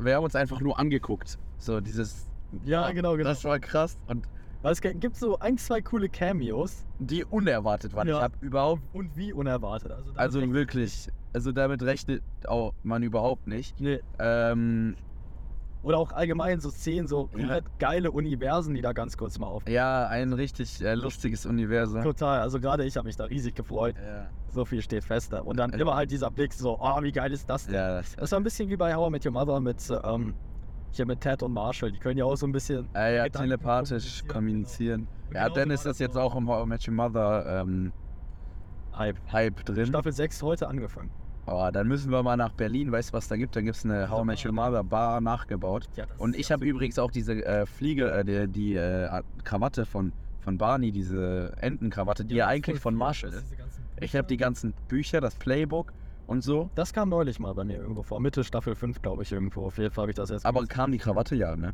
[SPEAKER 1] wir haben uns einfach nur angeguckt. So dieses.
[SPEAKER 2] Ja, genau, genau.
[SPEAKER 1] Das war krass. Und
[SPEAKER 2] Weil es gibt so ein, zwei coole Cameos
[SPEAKER 1] die unerwartet waren.
[SPEAKER 2] Ja.
[SPEAKER 1] Ich habe überhaupt.
[SPEAKER 2] und wie unerwartet. Also, da-
[SPEAKER 1] Also wirklich. Also damit rechnet auch man überhaupt nicht.
[SPEAKER 2] Nee.
[SPEAKER 1] Ähm,
[SPEAKER 2] Oder auch allgemein so Szenen, so
[SPEAKER 1] Ja.
[SPEAKER 2] komplett geile Universen, die da ganz kurz mal auf.
[SPEAKER 1] ja, ein richtig äh, lustiges Universum.
[SPEAKER 2] Total, also gerade ich habe mich da riesig gefreut.
[SPEAKER 1] Ja,
[SPEAKER 2] So viel steht fest. da. Und dann immer halt dieser Blick so, oh, wie geil ist das denn?
[SPEAKER 1] ja das.
[SPEAKER 2] Das war ein bisschen wie bei How I Met Your Mother mit, ähm, hier mit Ted und Marshall. Die können ja auch so ein bisschen
[SPEAKER 1] Äh, ja,
[SPEAKER 2] Gedanken
[SPEAKER 1] telepathisch
[SPEAKER 2] kommunizieren,
[SPEAKER 1] kommunizieren.
[SPEAKER 2] Und
[SPEAKER 1] Ja,
[SPEAKER 2] genauso
[SPEAKER 1] dann
[SPEAKER 2] war
[SPEAKER 1] ist das jetzt
[SPEAKER 2] Genau, so.
[SPEAKER 1] auch im How I Met Your Mother ähm,
[SPEAKER 2] Hype.
[SPEAKER 1] Hype drin.
[SPEAKER 2] Staffel 6 heute angefangen.
[SPEAKER 1] Aber dann müssen wir mal nach Berlin. Weißt du, was da gibt? Da gibt es eine How I Met Your Mother Bar nachgebaut.
[SPEAKER 2] Ja, das
[SPEAKER 1] Und
[SPEAKER 2] ist
[SPEAKER 1] ich
[SPEAKER 2] ja
[SPEAKER 1] habe übrigens auch diese äh, Fliege, äh, die, die äh, Krawatte von, von Barney, diese Entenkrawatte, die ja,
[SPEAKER 2] das ist
[SPEAKER 1] eigentlich
[SPEAKER 2] voll
[SPEAKER 1] von
[SPEAKER 2] viel,
[SPEAKER 1] Marshall
[SPEAKER 2] dass
[SPEAKER 1] ist.
[SPEAKER 2] diese ganzen
[SPEAKER 1] Ich habe die
[SPEAKER 2] Bücher-
[SPEAKER 1] ganzen Bücher, das Playbook und so.
[SPEAKER 2] Das kam neulich mal bei mir irgendwo vor. Mitte Staffel 5, glaube ich, irgendwo. Auf jeden Fall habe ich das jetzt.
[SPEAKER 1] Aber
[SPEAKER 2] gemacht.
[SPEAKER 1] kam die Krawatte ja, ne?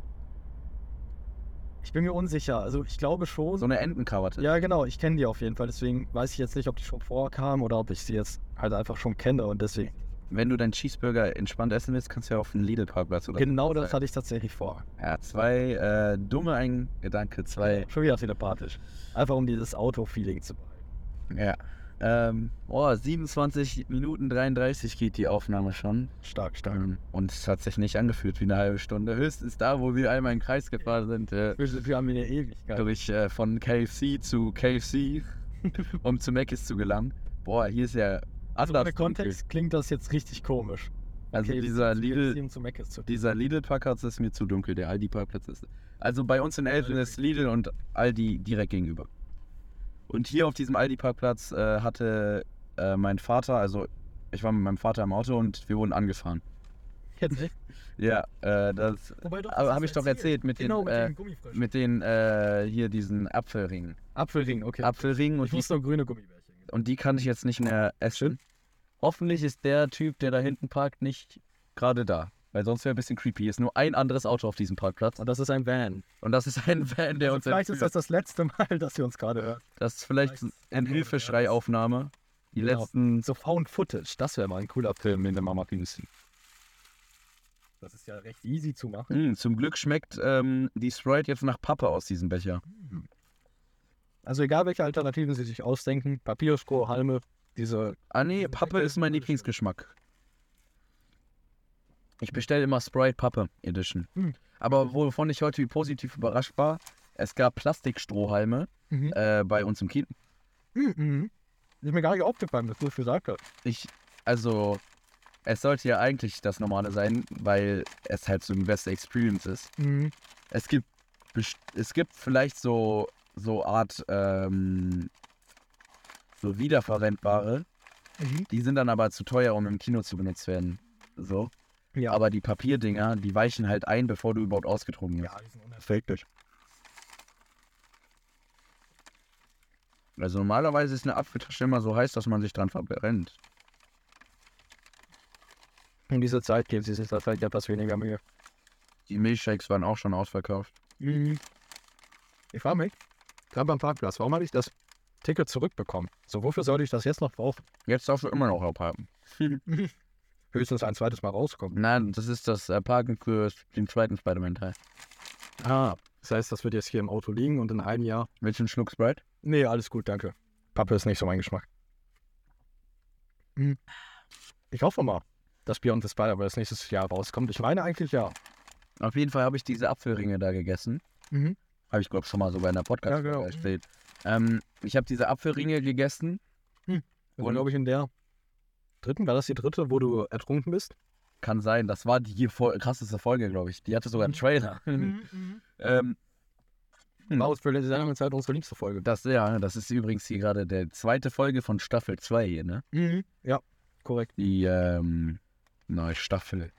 [SPEAKER 2] Ich bin mir unsicher. Also, ich glaube schon.
[SPEAKER 1] So eine Entenkrawatte.
[SPEAKER 2] ja, genau. Ich kenne die auf jeden Fall. Deswegen weiß ich jetzt nicht, ob die schon vorkam oder ob ich sie jetzt halt einfach schon kenne. Und deswegen.
[SPEAKER 1] Wenn du deinen Cheeseburger entspannt essen willst, kannst du ja auf den Lidl-Parkplatz oder so.
[SPEAKER 2] Genau das hatte ich tatsächlich vor.
[SPEAKER 1] Ja, zwei äh, dumme ein Gedanke, zwei
[SPEAKER 2] Schon wieder telepathisch. Einfach um dieses Auto-Feeling zu behalten.
[SPEAKER 1] Ja. Ähm, boah, 27 Minuten 33 geht die Aufnahme schon.
[SPEAKER 2] Stark, stark.
[SPEAKER 1] Ähm, und es hat sich nicht angefühlt wie eine halbe Stunde. Höchstens da, wo wir einmal in den Kreis gefahren sind, äh,
[SPEAKER 2] Wir, wir haben hier eine Ewigkeit.
[SPEAKER 1] durch äh, von KFC zu KFC, um zu Mc's zu gelangen. Boah, hier ist ja
[SPEAKER 2] Also,
[SPEAKER 1] anders
[SPEAKER 2] ohne Kontext klingt das jetzt richtig komisch.
[SPEAKER 1] dunkel. Also
[SPEAKER 2] Okay,
[SPEAKER 1] dieser
[SPEAKER 2] zu
[SPEAKER 1] Lidl,
[SPEAKER 2] Beziehung zu Mac ist zu-
[SPEAKER 1] dieser Lidl-Parkplatz ist mir zu dunkel, der Aldi-Parkplatz ist. Also bei uns in Elfen ist Lidl und Aldi direkt gegenüber. Und hier auf diesem Aldi-Parkplatz äh, hatte äh, mein Vater, also ich war mit meinem Vater im Auto und wir wurden angefahren.
[SPEAKER 2] Jetzt echt?
[SPEAKER 1] Ja, äh, das
[SPEAKER 2] Wobei doch, das
[SPEAKER 1] aber
[SPEAKER 2] hast
[SPEAKER 1] habe
[SPEAKER 2] du
[SPEAKER 1] ich doch erzählt mit
[SPEAKER 2] Genau,
[SPEAKER 1] den,
[SPEAKER 2] mit
[SPEAKER 1] äh,
[SPEAKER 2] dem Gummifröschen.
[SPEAKER 1] mit den äh, hier diesen Apfelringen.
[SPEAKER 2] Apfelring, okay.
[SPEAKER 1] Apfelringen und
[SPEAKER 2] ich
[SPEAKER 1] die,
[SPEAKER 2] wusste nur grüne Gummibärchen.
[SPEAKER 1] und die kann ich jetzt nicht mehr essen. Hoffentlich ist der Typ, der da hinten parkt, nicht gerade da. Weil sonst wäre ein bisschen creepy. Ist nur ein anderes Auto auf diesem Parkplatz.
[SPEAKER 2] Und das ist ein Van.
[SPEAKER 1] Und das ist ein Van, der
[SPEAKER 2] Also
[SPEAKER 1] uns
[SPEAKER 2] vielleicht ist
[SPEAKER 1] entführt.
[SPEAKER 2] das das letzte Mal, dass wir uns gerade hören.
[SPEAKER 1] Das ist vielleicht
[SPEAKER 2] Vielleicht-
[SPEAKER 1] eine Hilfeschreiaufnahme. Die
[SPEAKER 2] Genau.
[SPEAKER 1] letzten.
[SPEAKER 2] So Found Footage, das wäre mal ein cooler Film in der Mama Lucy. Das ist ja recht easy zu machen.
[SPEAKER 1] Hm, zum Glück schmeckt ähm, die Sprite jetzt nach Pappe aus diesem Becher.
[SPEAKER 2] Also egal, welche Alternativen Sie sich ausdenken, Papierstroh, Halme, diese
[SPEAKER 1] Ah nee,
[SPEAKER 2] Diese
[SPEAKER 1] Pappe
[SPEAKER 2] Becher
[SPEAKER 1] ist
[SPEAKER 2] sind
[SPEAKER 1] mein
[SPEAKER 2] alle schön.
[SPEAKER 1] Lieblingsgeschmack. Ich bestelle immer Sprite Pappe Edition.
[SPEAKER 2] Hm.
[SPEAKER 1] Aber wovon ich heute positiv überrascht war, es gab Plastikstrohhalme
[SPEAKER 2] Mhm.
[SPEAKER 1] äh, bei uns im Kino.
[SPEAKER 2] Mhm. Ist mir gar nicht aufgefallen, dass du es gesagt hast.
[SPEAKER 1] Ich, also, es sollte ja eigentlich das Normale sein, weil es halt so eine beste Experience ist.
[SPEAKER 2] Mhm.
[SPEAKER 1] Es gibt, best- es gibt vielleicht so, so Art, ähm, so wiederverwendbare,
[SPEAKER 2] mhm.
[SPEAKER 1] die sind dann aber zu teuer, um im Kino zu benutzt werden. So.
[SPEAKER 2] Ja,
[SPEAKER 1] Aber die Papierdinger, die weichen halt ein, bevor du überhaupt ausgetrunken hast.
[SPEAKER 2] ja, die sind unerträglich.
[SPEAKER 1] Also normalerweise ist eine Apfeltasche immer so heiß, dass man sich dran verbrennt.
[SPEAKER 2] In dieser Zeit geben sie sich da vielleicht etwas weniger Mühe.
[SPEAKER 1] Die Milchshakes waren auch schon ausverkauft.
[SPEAKER 2] Mhm. Ich frage mich, gerade beim Parkplatz, warum habe ich das Ticket zurückbekommen? So, wofür sollte ich das jetzt noch brauchen?
[SPEAKER 1] Jetzt darfst du immer noch abhaben.
[SPEAKER 2] Höchstens ein zweites Mal rauskommen.
[SPEAKER 1] Nein, das ist das äh, Parken für den zweiten Spider-Man-Teil.
[SPEAKER 2] Ah, das heißt, das wird jetzt hier im Auto liegen und in einem Jahr.
[SPEAKER 1] Willst du einen Schluck Sprite?
[SPEAKER 2] Nee, alles gut, danke. Pappe ist nicht so mein Geschmack. Mhm. Ich hoffe mal, dass Beyond the Spider-Verse nächstes Jahr rauskommt. Ich meine eigentlich ja.
[SPEAKER 1] Auf jeden Fall habe ich diese Apfelringe da gegessen.
[SPEAKER 2] Mhm.
[SPEAKER 1] Habe ich, glaube ich, schon mal so bei einer podcast
[SPEAKER 2] Ja, genau.
[SPEAKER 1] erzählt. Ähm, ich habe diese Apfelringe gegessen.
[SPEAKER 2] Und glaube ich in der dritten, war das die dritte, wo du ertrunken bist?
[SPEAKER 1] Kann sein, das war die Fol krasseste Folge, glaube ich. Die hatte sogar einen
[SPEAKER 2] Mhm.
[SPEAKER 1] Trailer. ähm,
[SPEAKER 2] War uns für die lange Zeit unsere liebste Folge.
[SPEAKER 1] Das, ja, das ist übrigens hier gerade der zweite Folge von Staffel 2 hier, ne?
[SPEAKER 2] Ja, korrekt.
[SPEAKER 1] Die ähm, neue Staffel.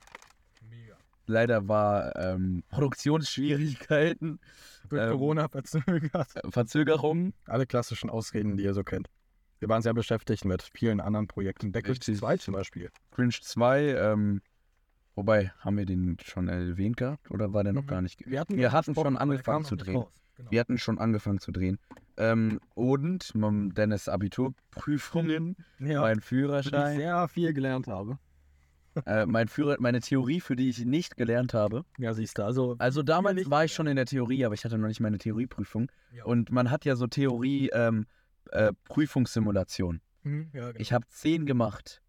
[SPEAKER 2] Mega.
[SPEAKER 1] Leider war ähm, Produktionsschwierigkeiten,
[SPEAKER 2] Durch
[SPEAKER 1] Ähm,
[SPEAKER 2] Corona verzögert.
[SPEAKER 1] äh, Verzögerungen.
[SPEAKER 2] Alle klassischen Ausreden, die ihr so kennt. Wir waren sehr beschäftigt mit vielen anderen Projekten. Back
[SPEAKER 1] Richtig.
[SPEAKER 2] 2 zum Beispiel.
[SPEAKER 1] Cringe 2, ähm, wobei, haben wir den schon erwähnt gehabt oder war der noch
[SPEAKER 2] Mhm.
[SPEAKER 1] gar nicht? ge-
[SPEAKER 2] hatten,
[SPEAKER 1] Wir hatten schon angefangen zu drehen.
[SPEAKER 2] Genau.
[SPEAKER 1] Wir hatten schon angefangen zu drehen. Ähm, und mom- Dennis Abiturprüfungen,
[SPEAKER 2] Ja,
[SPEAKER 1] mein
[SPEAKER 2] ich
[SPEAKER 1] Führerschein,
[SPEAKER 2] sehr viel gelernt habe.
[SPEAKER 1] äh, mein Führer, meine Theorie, für die ich nicht gelernt habe.
[SPEAKER 2] Ja, siehst du, also.
[SPEAKER 1] Also damals
[SPEAKER 2] nicht
[SPEAKER 1] war
[SPEAKER 2] mehr.
[SPEAKER 1] ich schon in der Theorie, aber ich hatte noch nicht meine Theorieprüfung.
[SPEAKER 2] Ja.
[SPEAKER 1] Und man hat ja so Theorie ähm, äh, Prüfungssimulation.
[SPEAKER 2] ja, genau.
[SPEAKER 1] Ich habe zehn gemacht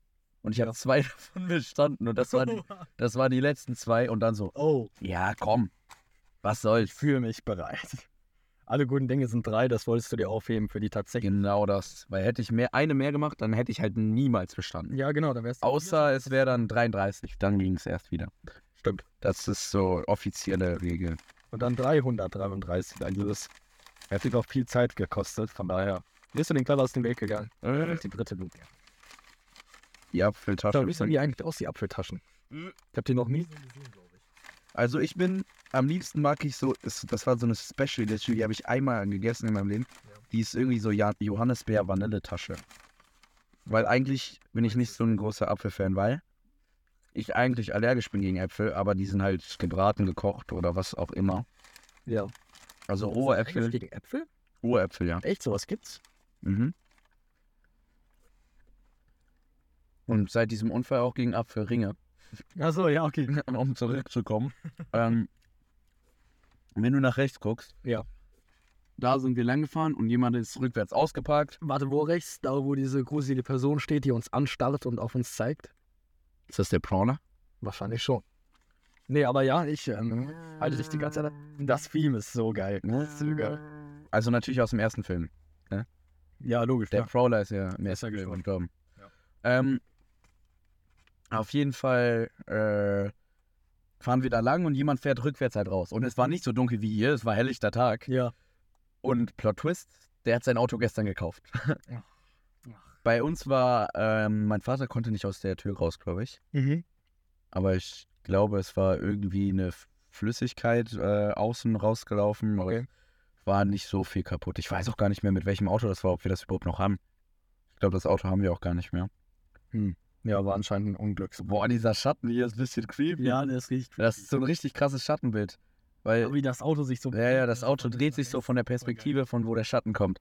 [SPEAKER 1] und ich
[SPEAKER 2] Ja.
[SPEAKER 1] habe zwei davon bestanden und das waren, das waren die letzten zwei und dann so,
[SPEAKER 2] oh,
[SPEAKER 1] ja komm, was soll's.
[SPEAKER 2] ich fühle mich bereit. Alle guten Dinge sind drei, das wolltest du dir aufheben für die tatsächlichen.
[SPEAKER 1] Genau das. Weil hätte ich mehr, eine mehr gemacht, dann hätte ich halt niemals bestanden.
[SPEAKER 2] Ja, genau, dann wärst
[SPEAKER 1] Außer es wäre dann 33, dann ging es erst wieder.
[SPEAKER 2] Stimmt.
[SPEAKER 1] Das ist so offizielle Regel.
[SPEAKER 2] Und dann 333. Also das hat sich auch viel Zeit gekostet. Von daher bist du den Clever aus dem Weg gegangen. Die dritte Blut.
[SPEAKER 1] Die Apfeltasche.
[SPEAKER 2] Wie sehen die eigentlich aus, die Apfeltaschen?
[SPEAKER 1] Äh.
[SPEAKER 2] Ich hab die noch nie.
[SPEAKER 1] Also ich bin, am liebsten mag ich so, es- das war so eine Special Edition, die habe ich einmal gegessen in meinem Leben. Die ist irgendwie so Ja- Johannisbeer Vanilletasche. Weil eigentlich bin ich nicht so ein großer Apfelfan, weil ich eigentlich allergisch bin gegen Äpfel, aber die sind halt gebraten, gekocht oder was auch immer.
[SPEAKER 2] Ja.
[SPEAKER 1] Also rohe
[SPEAKER 2] Eigentlich
[SPEAKER 1] Äpfel,
[SPEAKER 2] Gegen Äpfel?
[SPEAKER 1] rohe Äpfel, ja.
[SPEAKER 2] Echt, sowas gibt's?
[SPEAKER 1] Mhm. Und seit diesem Unfall auch gegen Apfelringe.
[SPEAKER 2] Achso, ja, okay.
[SPEAKER 1] um zurückzukommen, ähm, wenn du nach rechts guckst,
[SPEAKER 2] Ja.
[SPEAKER 1] da sind wir lang gefahren und jemand ist rückwärts ausgeparkt.
[SPEAKER 2] Warte, wo rechts? Da, wo diese gruselige Person steht, die uns anstarrt und auf uns zeigt?
[SPEAKER 1] Ist das der Prawner?
[SPEAKER 2] Wahrscheinlich schon. Nee, aber ja, ich ähm, halte dich die ganze Zeit. Das Film ist so geil. ne? Das ist so geil.
[SPEAKER 1] Also natürlich aus dem ersten Film.
[SPEAKER 2] Ja, logisch.
[SPEAKER 1] Der
[SPEAKER 2] ja.
[SPEAKER 1] Prowler ist ja mehr
[SPEAKER 2] ist ja gestorben.
[SPEAKER 1] gestorben.
[SPEAKER 2] Ja.
[SPEAKER 1] Ähm, auf jeden Fall äh, fahren wir da lang und jemand fährt rückwärts halt raus. Und es war nicht so dunkel wie hier, es war helllichter Tag.
[SPEAKER 2] Ja.
[SPEAKER 1] Und Plot Twist, der hat sein Auto gestern gekauft. Bei uns war, ähm, mein Vater konnte nicht aus der Tür raus, glaube ich.
[SPEAKER 2] Mhm.
[SPEAKER 1] Aber ich glaube, es war irgendwie eine Flüssigkeit äh, außen rausgelaufen. Aber
[SPEAKER 2] Okay.
[SPEAKER 1] es war nicht so viel kaputt. Ich weiß auch gar nicht mehr, mit welchem Auto das war, ob wir das überhaupt noch haben. Ich glaube, das Auto haben wir auch gar nicht mehr.
[SPEAKER 2] Ja, war anscheinend ein Unglücks.
[SPEAKER 1] Boah, dieser Schatten hier ist ein bisschen creepy.
[SPEAKER 2] Ja, das riecht
[SPEAKER 1] Das ist so ein richtig krasses Schattenbild. Weil,
[SPEAKER 2] Wie das Auto sich so.
[SPEAKER 1] ja, ja, das Auto dreht sich so von der Perspektive, von wo der Schatten kommt.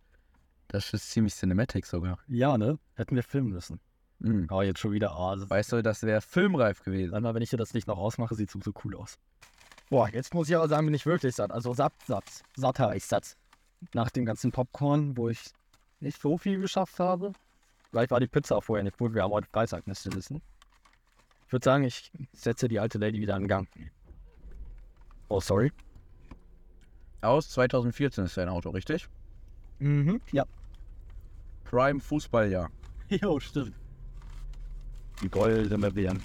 [SPEAKER 1] Das ist ziemlich cinematic sogar.
[SPEAKER 2] Ja, ne? Hätten wir filmen müssen.
[SPEAKER 1] Mhm.
[SPEAKER 2] Oh, jetzt schon wieder. Oh, das ist-
[SPEAKER 1] Weißt du, das wäre filmreif gewesen.
[SPEAKER 2] Sag mal, wenn ich hier das Licht noch ausmache, sieht es so cool aus. Boah, jetzt muss ich aber sagen, bin ich wirklich satt. Also satt, satt. Satter ich satt. Nach dem ganzen Popcorn, wo ich nicht so viel geschafft habe. Vielleicht war die Pizza vorher nicht gut. Wir haben heute Freitag, müsst ihr wissen. Ich würde sagen, ich setze die alte Lady wieder in Gang. Oh, sorry.
[SPEAKER 1] Aus 2014 ist dein Auto, richtig?
[SPEAKER 2] Mhm, ja.
[SPEAKER 1] Prime Fußballjahr.
[SPEAKER 2] Jo, stimmt. Die goldene Bären.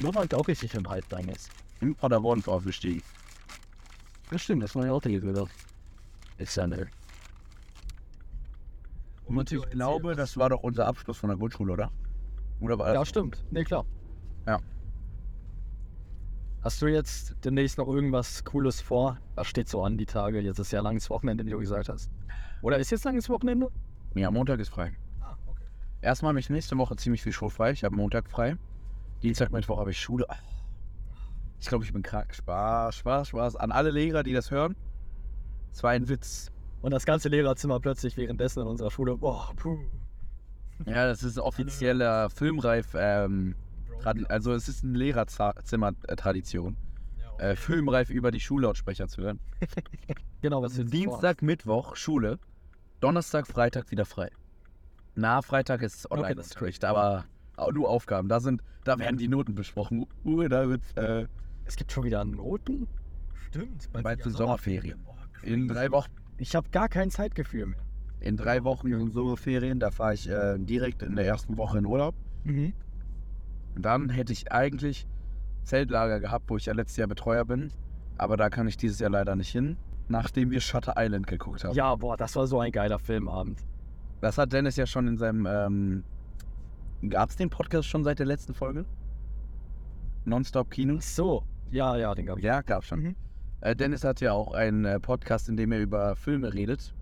[SPEAKER 2] Nur weil auch richtig im Halt dein ist.
[SPEAKER 1] In Paderborn aufgestiegen.
[SPEAKER 2] Das stimmt, das war ja auch die Gewürze. Ist ja ne.
[SPEAKER 1] Und ich glaube, das war doch unser Abschluss von der Grundschule, oder? Oder war
[SPEAKER 2] Ja,
[SPEAKER 1] das?
[SPEAKER 2] stimmt. Nee, klar.
[SPEAKER 1] Äh. Ja.
[SPEAKER 2] Hast du jetzt demnächst noch irgendwas Cooles vor? Was steht so an die Tage? Jetzt ist ja langes Wochenende, wie du gesagt hast. Oder ist jetzt langes Wochenende?
[SPEAKER 1] Ja, Montag ist frei.
[SPEAKER 2] Ah, okay.
[SPEAKER 1] Erstmal habe ich nächste Woche ziemlich viel schulfrei. Ich habe Montag frei. Dienstag, Mittwoch habe ich Schule. Ach, Ich glaube, ich bin krank. Spaß, Spaß, Spaß. An alle Lehrer, die das hören. Es war ein Witz.
[SPEAKER 2] Und das ganze Lehrerzimmer plötzlich währenddessen in unserer Schule. Boah, puh.
[SPEAKER 1] Ja, das ist ein offizieller Filmreif. Ähm, Trad- also, es ist eine Lehrerzimmer-Tradition. Äh, Filmreif über die Schullautsprecher zu hören.
[SPEAKER 2] Genau, was jetzt
[SPEAKER 1] Also Dienstag, Mittwoch Schule. Donnerstag, Freitag wieder frei. Na, Freitag ist
[SPEAKER 2] Okay,
[SPEAKER 1] online
[SPEAKER 2] das ist
[SPEAKER 1] unterricht aber au- nur Aufgaben. Da sind, da werden die Noten besprochen. Uh, da wird äh,
[SPEAKER 2] Es gibt schon wieder Noten? Stimmt.
[SPEAKER 1] Bald sind Sommerferien. in drei Wochen.
[SPEAKER 2] Oh, Ich habe gar kein Zeitgefühl mehr.
[SPEAKER 1] In drei Wochen sind Sommerferien, da fahre ich äh, direkt in der ersten Woche in Urlaub.
[SPEAKER 2] Mhm.
[SPEAKER 1] Und dann hätte ich eigentlich Zeltlager gehabt, wo ich ja letztes Jahr Betreuer bin. Aber da kann ich dieses Jahr leider nicht hin, nachdem wir Shutter Island geguckt haben.
[SPEAKER 2] Ja, boah, das war so ein geiler Filmabend.
[SPEAKER 1] Das hat Dennis ja schon in seinem. Ähm, Gab es den Podcast schon seit der letzten Folge? Nonstop Kino?
[SPEAKER 2] Ach so. Ja, ja, den gab ich.
[SPEAKER 1] Ja, gab schon.
[SPEAKER 2] Mhm.
[SPEAKER 1] Äh, Dennis hat ja auch einen äh, Podcast, in dem er über Filme redet.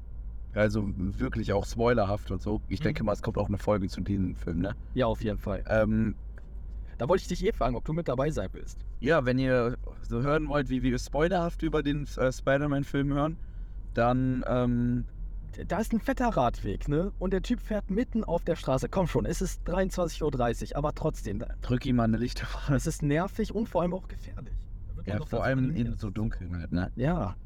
[SPEAKER 1] Also wirklich auch spoilerhaft und so. Ich
[SPEAKER 2] Mhm.
[SPEAKER 1] denke mal, es kommt auch eine Folge zu diesem Film, ne?
[SPEAKER 2] Ja, auf jeden Fall.
[SPEAKER 1] Ähm,
[SPEAKER 2] Da wollte ich dich eh fragen, ob du mit dabei sein willst.
[SPEAKER 1] ja, wenn ihr so hören wollt, wie wir spoilerhaft über den äh, Spider-Man-Film hören, dann ähm,
[SPEAKER 2] Da ist ein fetter Radweg, ne? Und der Typ fährt mitten auf der Straße. Komm schon, es ist 23.30 Uhr, aber trotzdem,
[SPEAKER 1] drück ihm mal eine Lichterfahne.
[SPEAKER 2] es ist nervig und vor allem auch gefährlich. Da wird man
[SPEAKER 1] Ja,
[SPEAKER 2] doch
[SPEAKER 1] vor
[SPEAKER 2] dazu
[SPEAKER 1] allem in
[SPEAKER 2] animiert.
[SPEAKER 1] so Dunkelheit, ne?
[SPEAKER 2] Ja.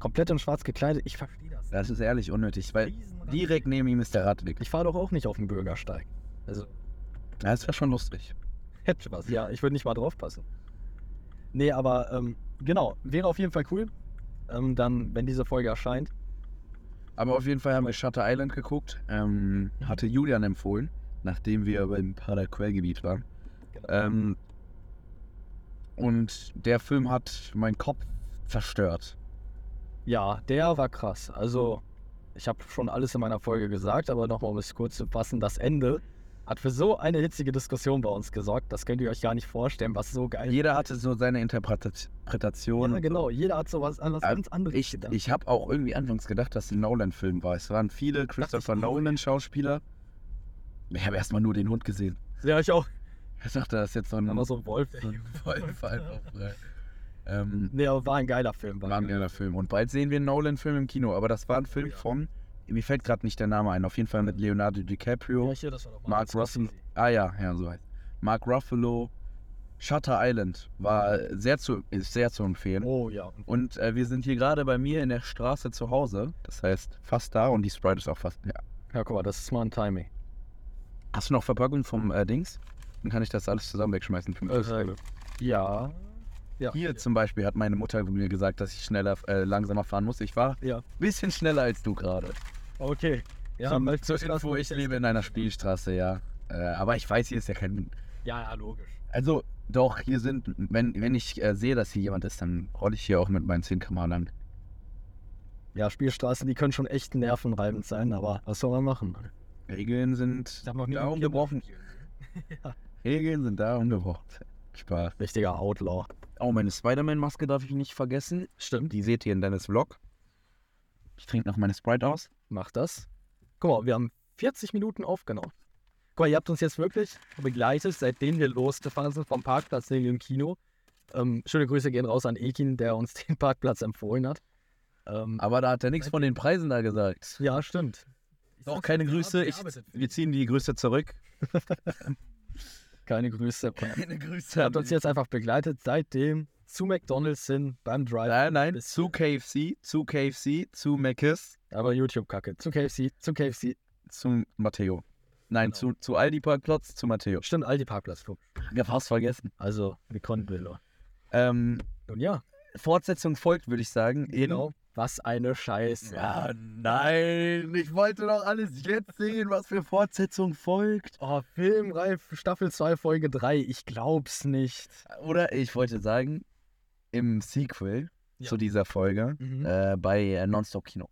[SPEAKER 2] Komplett in schwarz gekleidet. Ich verstehe das.
[SPEAKER 1] Das ist ehrlich unnötig, weil
[SPEAKER 2] Riesenradweg.
[SPEAKER 1] direkt neben ihm ist der Radweg.
[SPEAKER 2] Ich fahre doch auch nicht auf den Bürgersteig. Also,
[SPEAKER 1] Ja, Das wäre schon lustig.
[SPEAKER 2] Hätte was, ja. Ich würde nicht mal drauf passen. Nee, aber ähm, genau, wäre auf jeden Fall cool. Ähm, dann, wenn diese Folge erscheint.
[SPEAKER 1] Aber auf jeden Fall haben wir Shutter Island geguckt. Ähm, hatte Julian empfohlen, nachdem wir beim Paraquel-Gebiet waren. Ähm, und der Film hat meinen Kopf zerstört.
[SPEAKER 2] Ja, der war krass. Also,
[SPEAKER 1] Hm.
[SPEAKER 2] ich habe schon alles in meiner Folge gesagt, aber nochmal, um es kurz zu fassen, das Ende hat für so eine hitzige Diskussion bei uns gesorgt. Das könnt ihr euch gar nicht vorstellen, was so geil
[SPEAKER 1] Jeder hatte so seine Interpreta- Interpretation.
[SPEAKER 2] Ja, genau, jeder hat sowas an was
[SPEAKER 1] Ähm,
[SPEAKER 2] ganz anderes.
[SPEAKER 1] Ich,
[SPEAKER 2] gedacht.
[SPEAKER 1] ich habe auch irgendwie anfangs gedacht, dass es ein Nolan-Film war. Es waren viele Christopher
[SPEAKER 2] auch.
[SPEAKER 1] Nolan-Schauspieler. Ich habe erstmal nur den Hund gesehen.
[SPEAKER 2] ja, ich auch.
[SPEAKER 1] Ich dachte, das ist jetzt so ein,
[SPEAKER 2] Da war so ein Wolf.
[SPEAKER 1] so ein Wolf einfach. äh, Ähm,
[SPEAKER 2] Nee, aber war Oh ein geiler Film.
[SPEAKER 1] War ein geiler Film. Und bald sehen wir einen Nolan-Film im Kino. Aber das war ein Film von, mir fällt gerade nicht der Name ein, auf jeden Fall mit Leonardo DiCaprio.
[SPEAKER 2] Ja, hier, das war doch mal
[SPEAKER 1] Mark Russell. Ah ja, ja, so heißt Mark Ruffalo. Shutter Island war sehr zu, ist sehr zu empfehlen.
[SPEAKER 2] Oh ja. Und
[SPEAKER 1] Und äh, wir sind hier gerade bei mir in der Straße zu Hause. Das heißt, fast da und die Sprite ist auch fast. Ja.
[SPEAKER 2] Ja, guck mal, das ist mal ein Timing.
[SPEAKER 1] Hast du noch Verpackung vom äh, Dings? Dann kann ich das alles zusammen wegschmeißen. Für mich.
[SPEAKER 2] Äh, ja. Ja.
[SPEAKER 1] Hier zum Beispiel hat meine Mutter mir gesagt, dass ich schneller, äh, langsamer fahren muss. Ich war ein
[SPEAKER 2] Ja.
[SPEAKER 1] bisschen schneller als du gerade.
[SPEAKER 2] Okay. Ja,
[SPEAKER 1] zum,
[SPEAKER 2] weil-
[SPEAKER 1] zur Info, ich lebe in einer Spielstraße, ja. Äh, aber ich weiß, hier ist ja kein.
[SPEAKER 2] Ja, ja, logisch.
[SPEAKER 1] Also, doch, hier sind. Wenn, wenn ich äh, sehe, dass hier jemand ist, dann rolle ich hier auch mit meinen 10 km lang.
[SPEAKER 2] Ja, Spielstraßen, die können schon echt nervenreibend sein, aber was soll man machen?
[SPEAKER 1] Regeln sind da ungebrochen. Regeln sind da ungebrochen. Spaß.
[SPEAKER 2] Richtiger Outlaw.
[SPEAKER 1] Oh, meine Spider-Man-Maske darf ich nicht vergessen.
[SPEAKER 2] Stimmt.
[SPEAKER 1] Die seht ihr in Dennis Vlog. Ich trinke noch meine Sprite aus.
[SPEAKER 2] Macht das. Guck mal, wir haben 40 Minuten aufgenommen. Guck mal, ihr habt uns jetzt wirklich begleitet, seitdem wir losgefahren sind vom Parkplatz neben dem Kino. Ähm, schöne Grüße gehen raus an Ekin, der uns den Parkplatz empfohlen hat. Ähm,
[SPEAKER 1] Aber da hat er nichts von den Preisen da gesagt.
[SPEAKER 2] ja, stimmt.
[SPEAKER 4] Ich
[SPEAKER 1] Doch,
[SPEAKER 4] sag's
[SPEAKER 1] keine
[SPEAKER 4] dir, wir haben
[SPEAKER 1] Grüße. Ich,
[SPEAKER 4] gearbeitet für
[SPEAKER 1] wir
[SPEAKER 4] dich.
[SPEAKER 1] ziehen die Grüße zurück.
[SPEAKER 2] Keine Grüße.
[SPEAKER 1] Keine Grüße.
[SPEAKER 2] Er hat uns jetzt einfach begleitet, seitdem zu McDonalds hin beim Drive.
[SPEAKER 1] Nein, nein,
[SPEAKER 2] Bis-
[SPEAKER 1] zu KFC, zu KFC, zu Mc's,
[SPEAKER 2] Aber YouTube-Kacke. Zu KFC, zu KFC.
[SPEAKER 1] zu Matteo. Nein, zu, zu Aldi Parkplatz, zu Matteo.
[SPEAKER 2] Stimmt, Aldi Parkplatz. guck.
[SPEAKER 1] Ja, fast vergessen.
[SPEAKER 2] Also, wir konnten Bilder.
[SPEAKER 1] Ähm,
[SPEAKER 2] Und ja,
[SPEAKER 1] Fortsetzung folgt, würde ich sagen. In-
[SPEAKER 2] genau. Was eine Scheiße.
[SPEAKER 1] Ja, nein, ich wollte doch alles jetzt sehen, was für Fortsetzung folgt.
[SPEAKER 2] Oh, Filmreif, Staffel 2, Folge 3. Ich glaub's nicht.
[SPEAKER 1] Oder ich wollte sagen, im Sequel
[SPEAKER 4] Ja.
[SPEAKER 1] zu dieser Folge
[SPEAKER 2] Äh,
[SPEAKER 1] äh, bei äh, Nonstop Kino.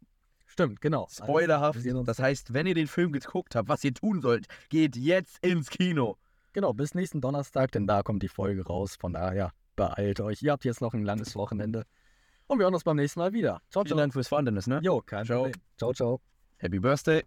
[SPEAKER 2] Stimmt, genau.
[SPEAKER 1] Spoilerhaft.
[SPEAKER 2] Wir sehen uns-
[SPEAKER 1] Das heißt, wenn ihr den Film geguckt habt, was ihr tun sollt, geht jetzt ins Kino.
[SPEAKER 2] Genau, bis nächsten Donnerstag, denn da kommt die Folge raus. Von daher, beeilt euch. Ihr habt jetzt noch ein langes Wochenende. Und wir hören uns beim nächsten Mal wieder. Ciao,
[SPEAKER 1] Vielen
[SPEAKER 2] ciao.
[SPEAKER 1] Dank fürs Vorhandenes, ne?
[SPEAKER 2] Jo, kein
[SPEAKER 1] Ciao.
[SPEAKER 2] Problem. Ciao, ciao.
[SPEAKER 1] Happy Birthday.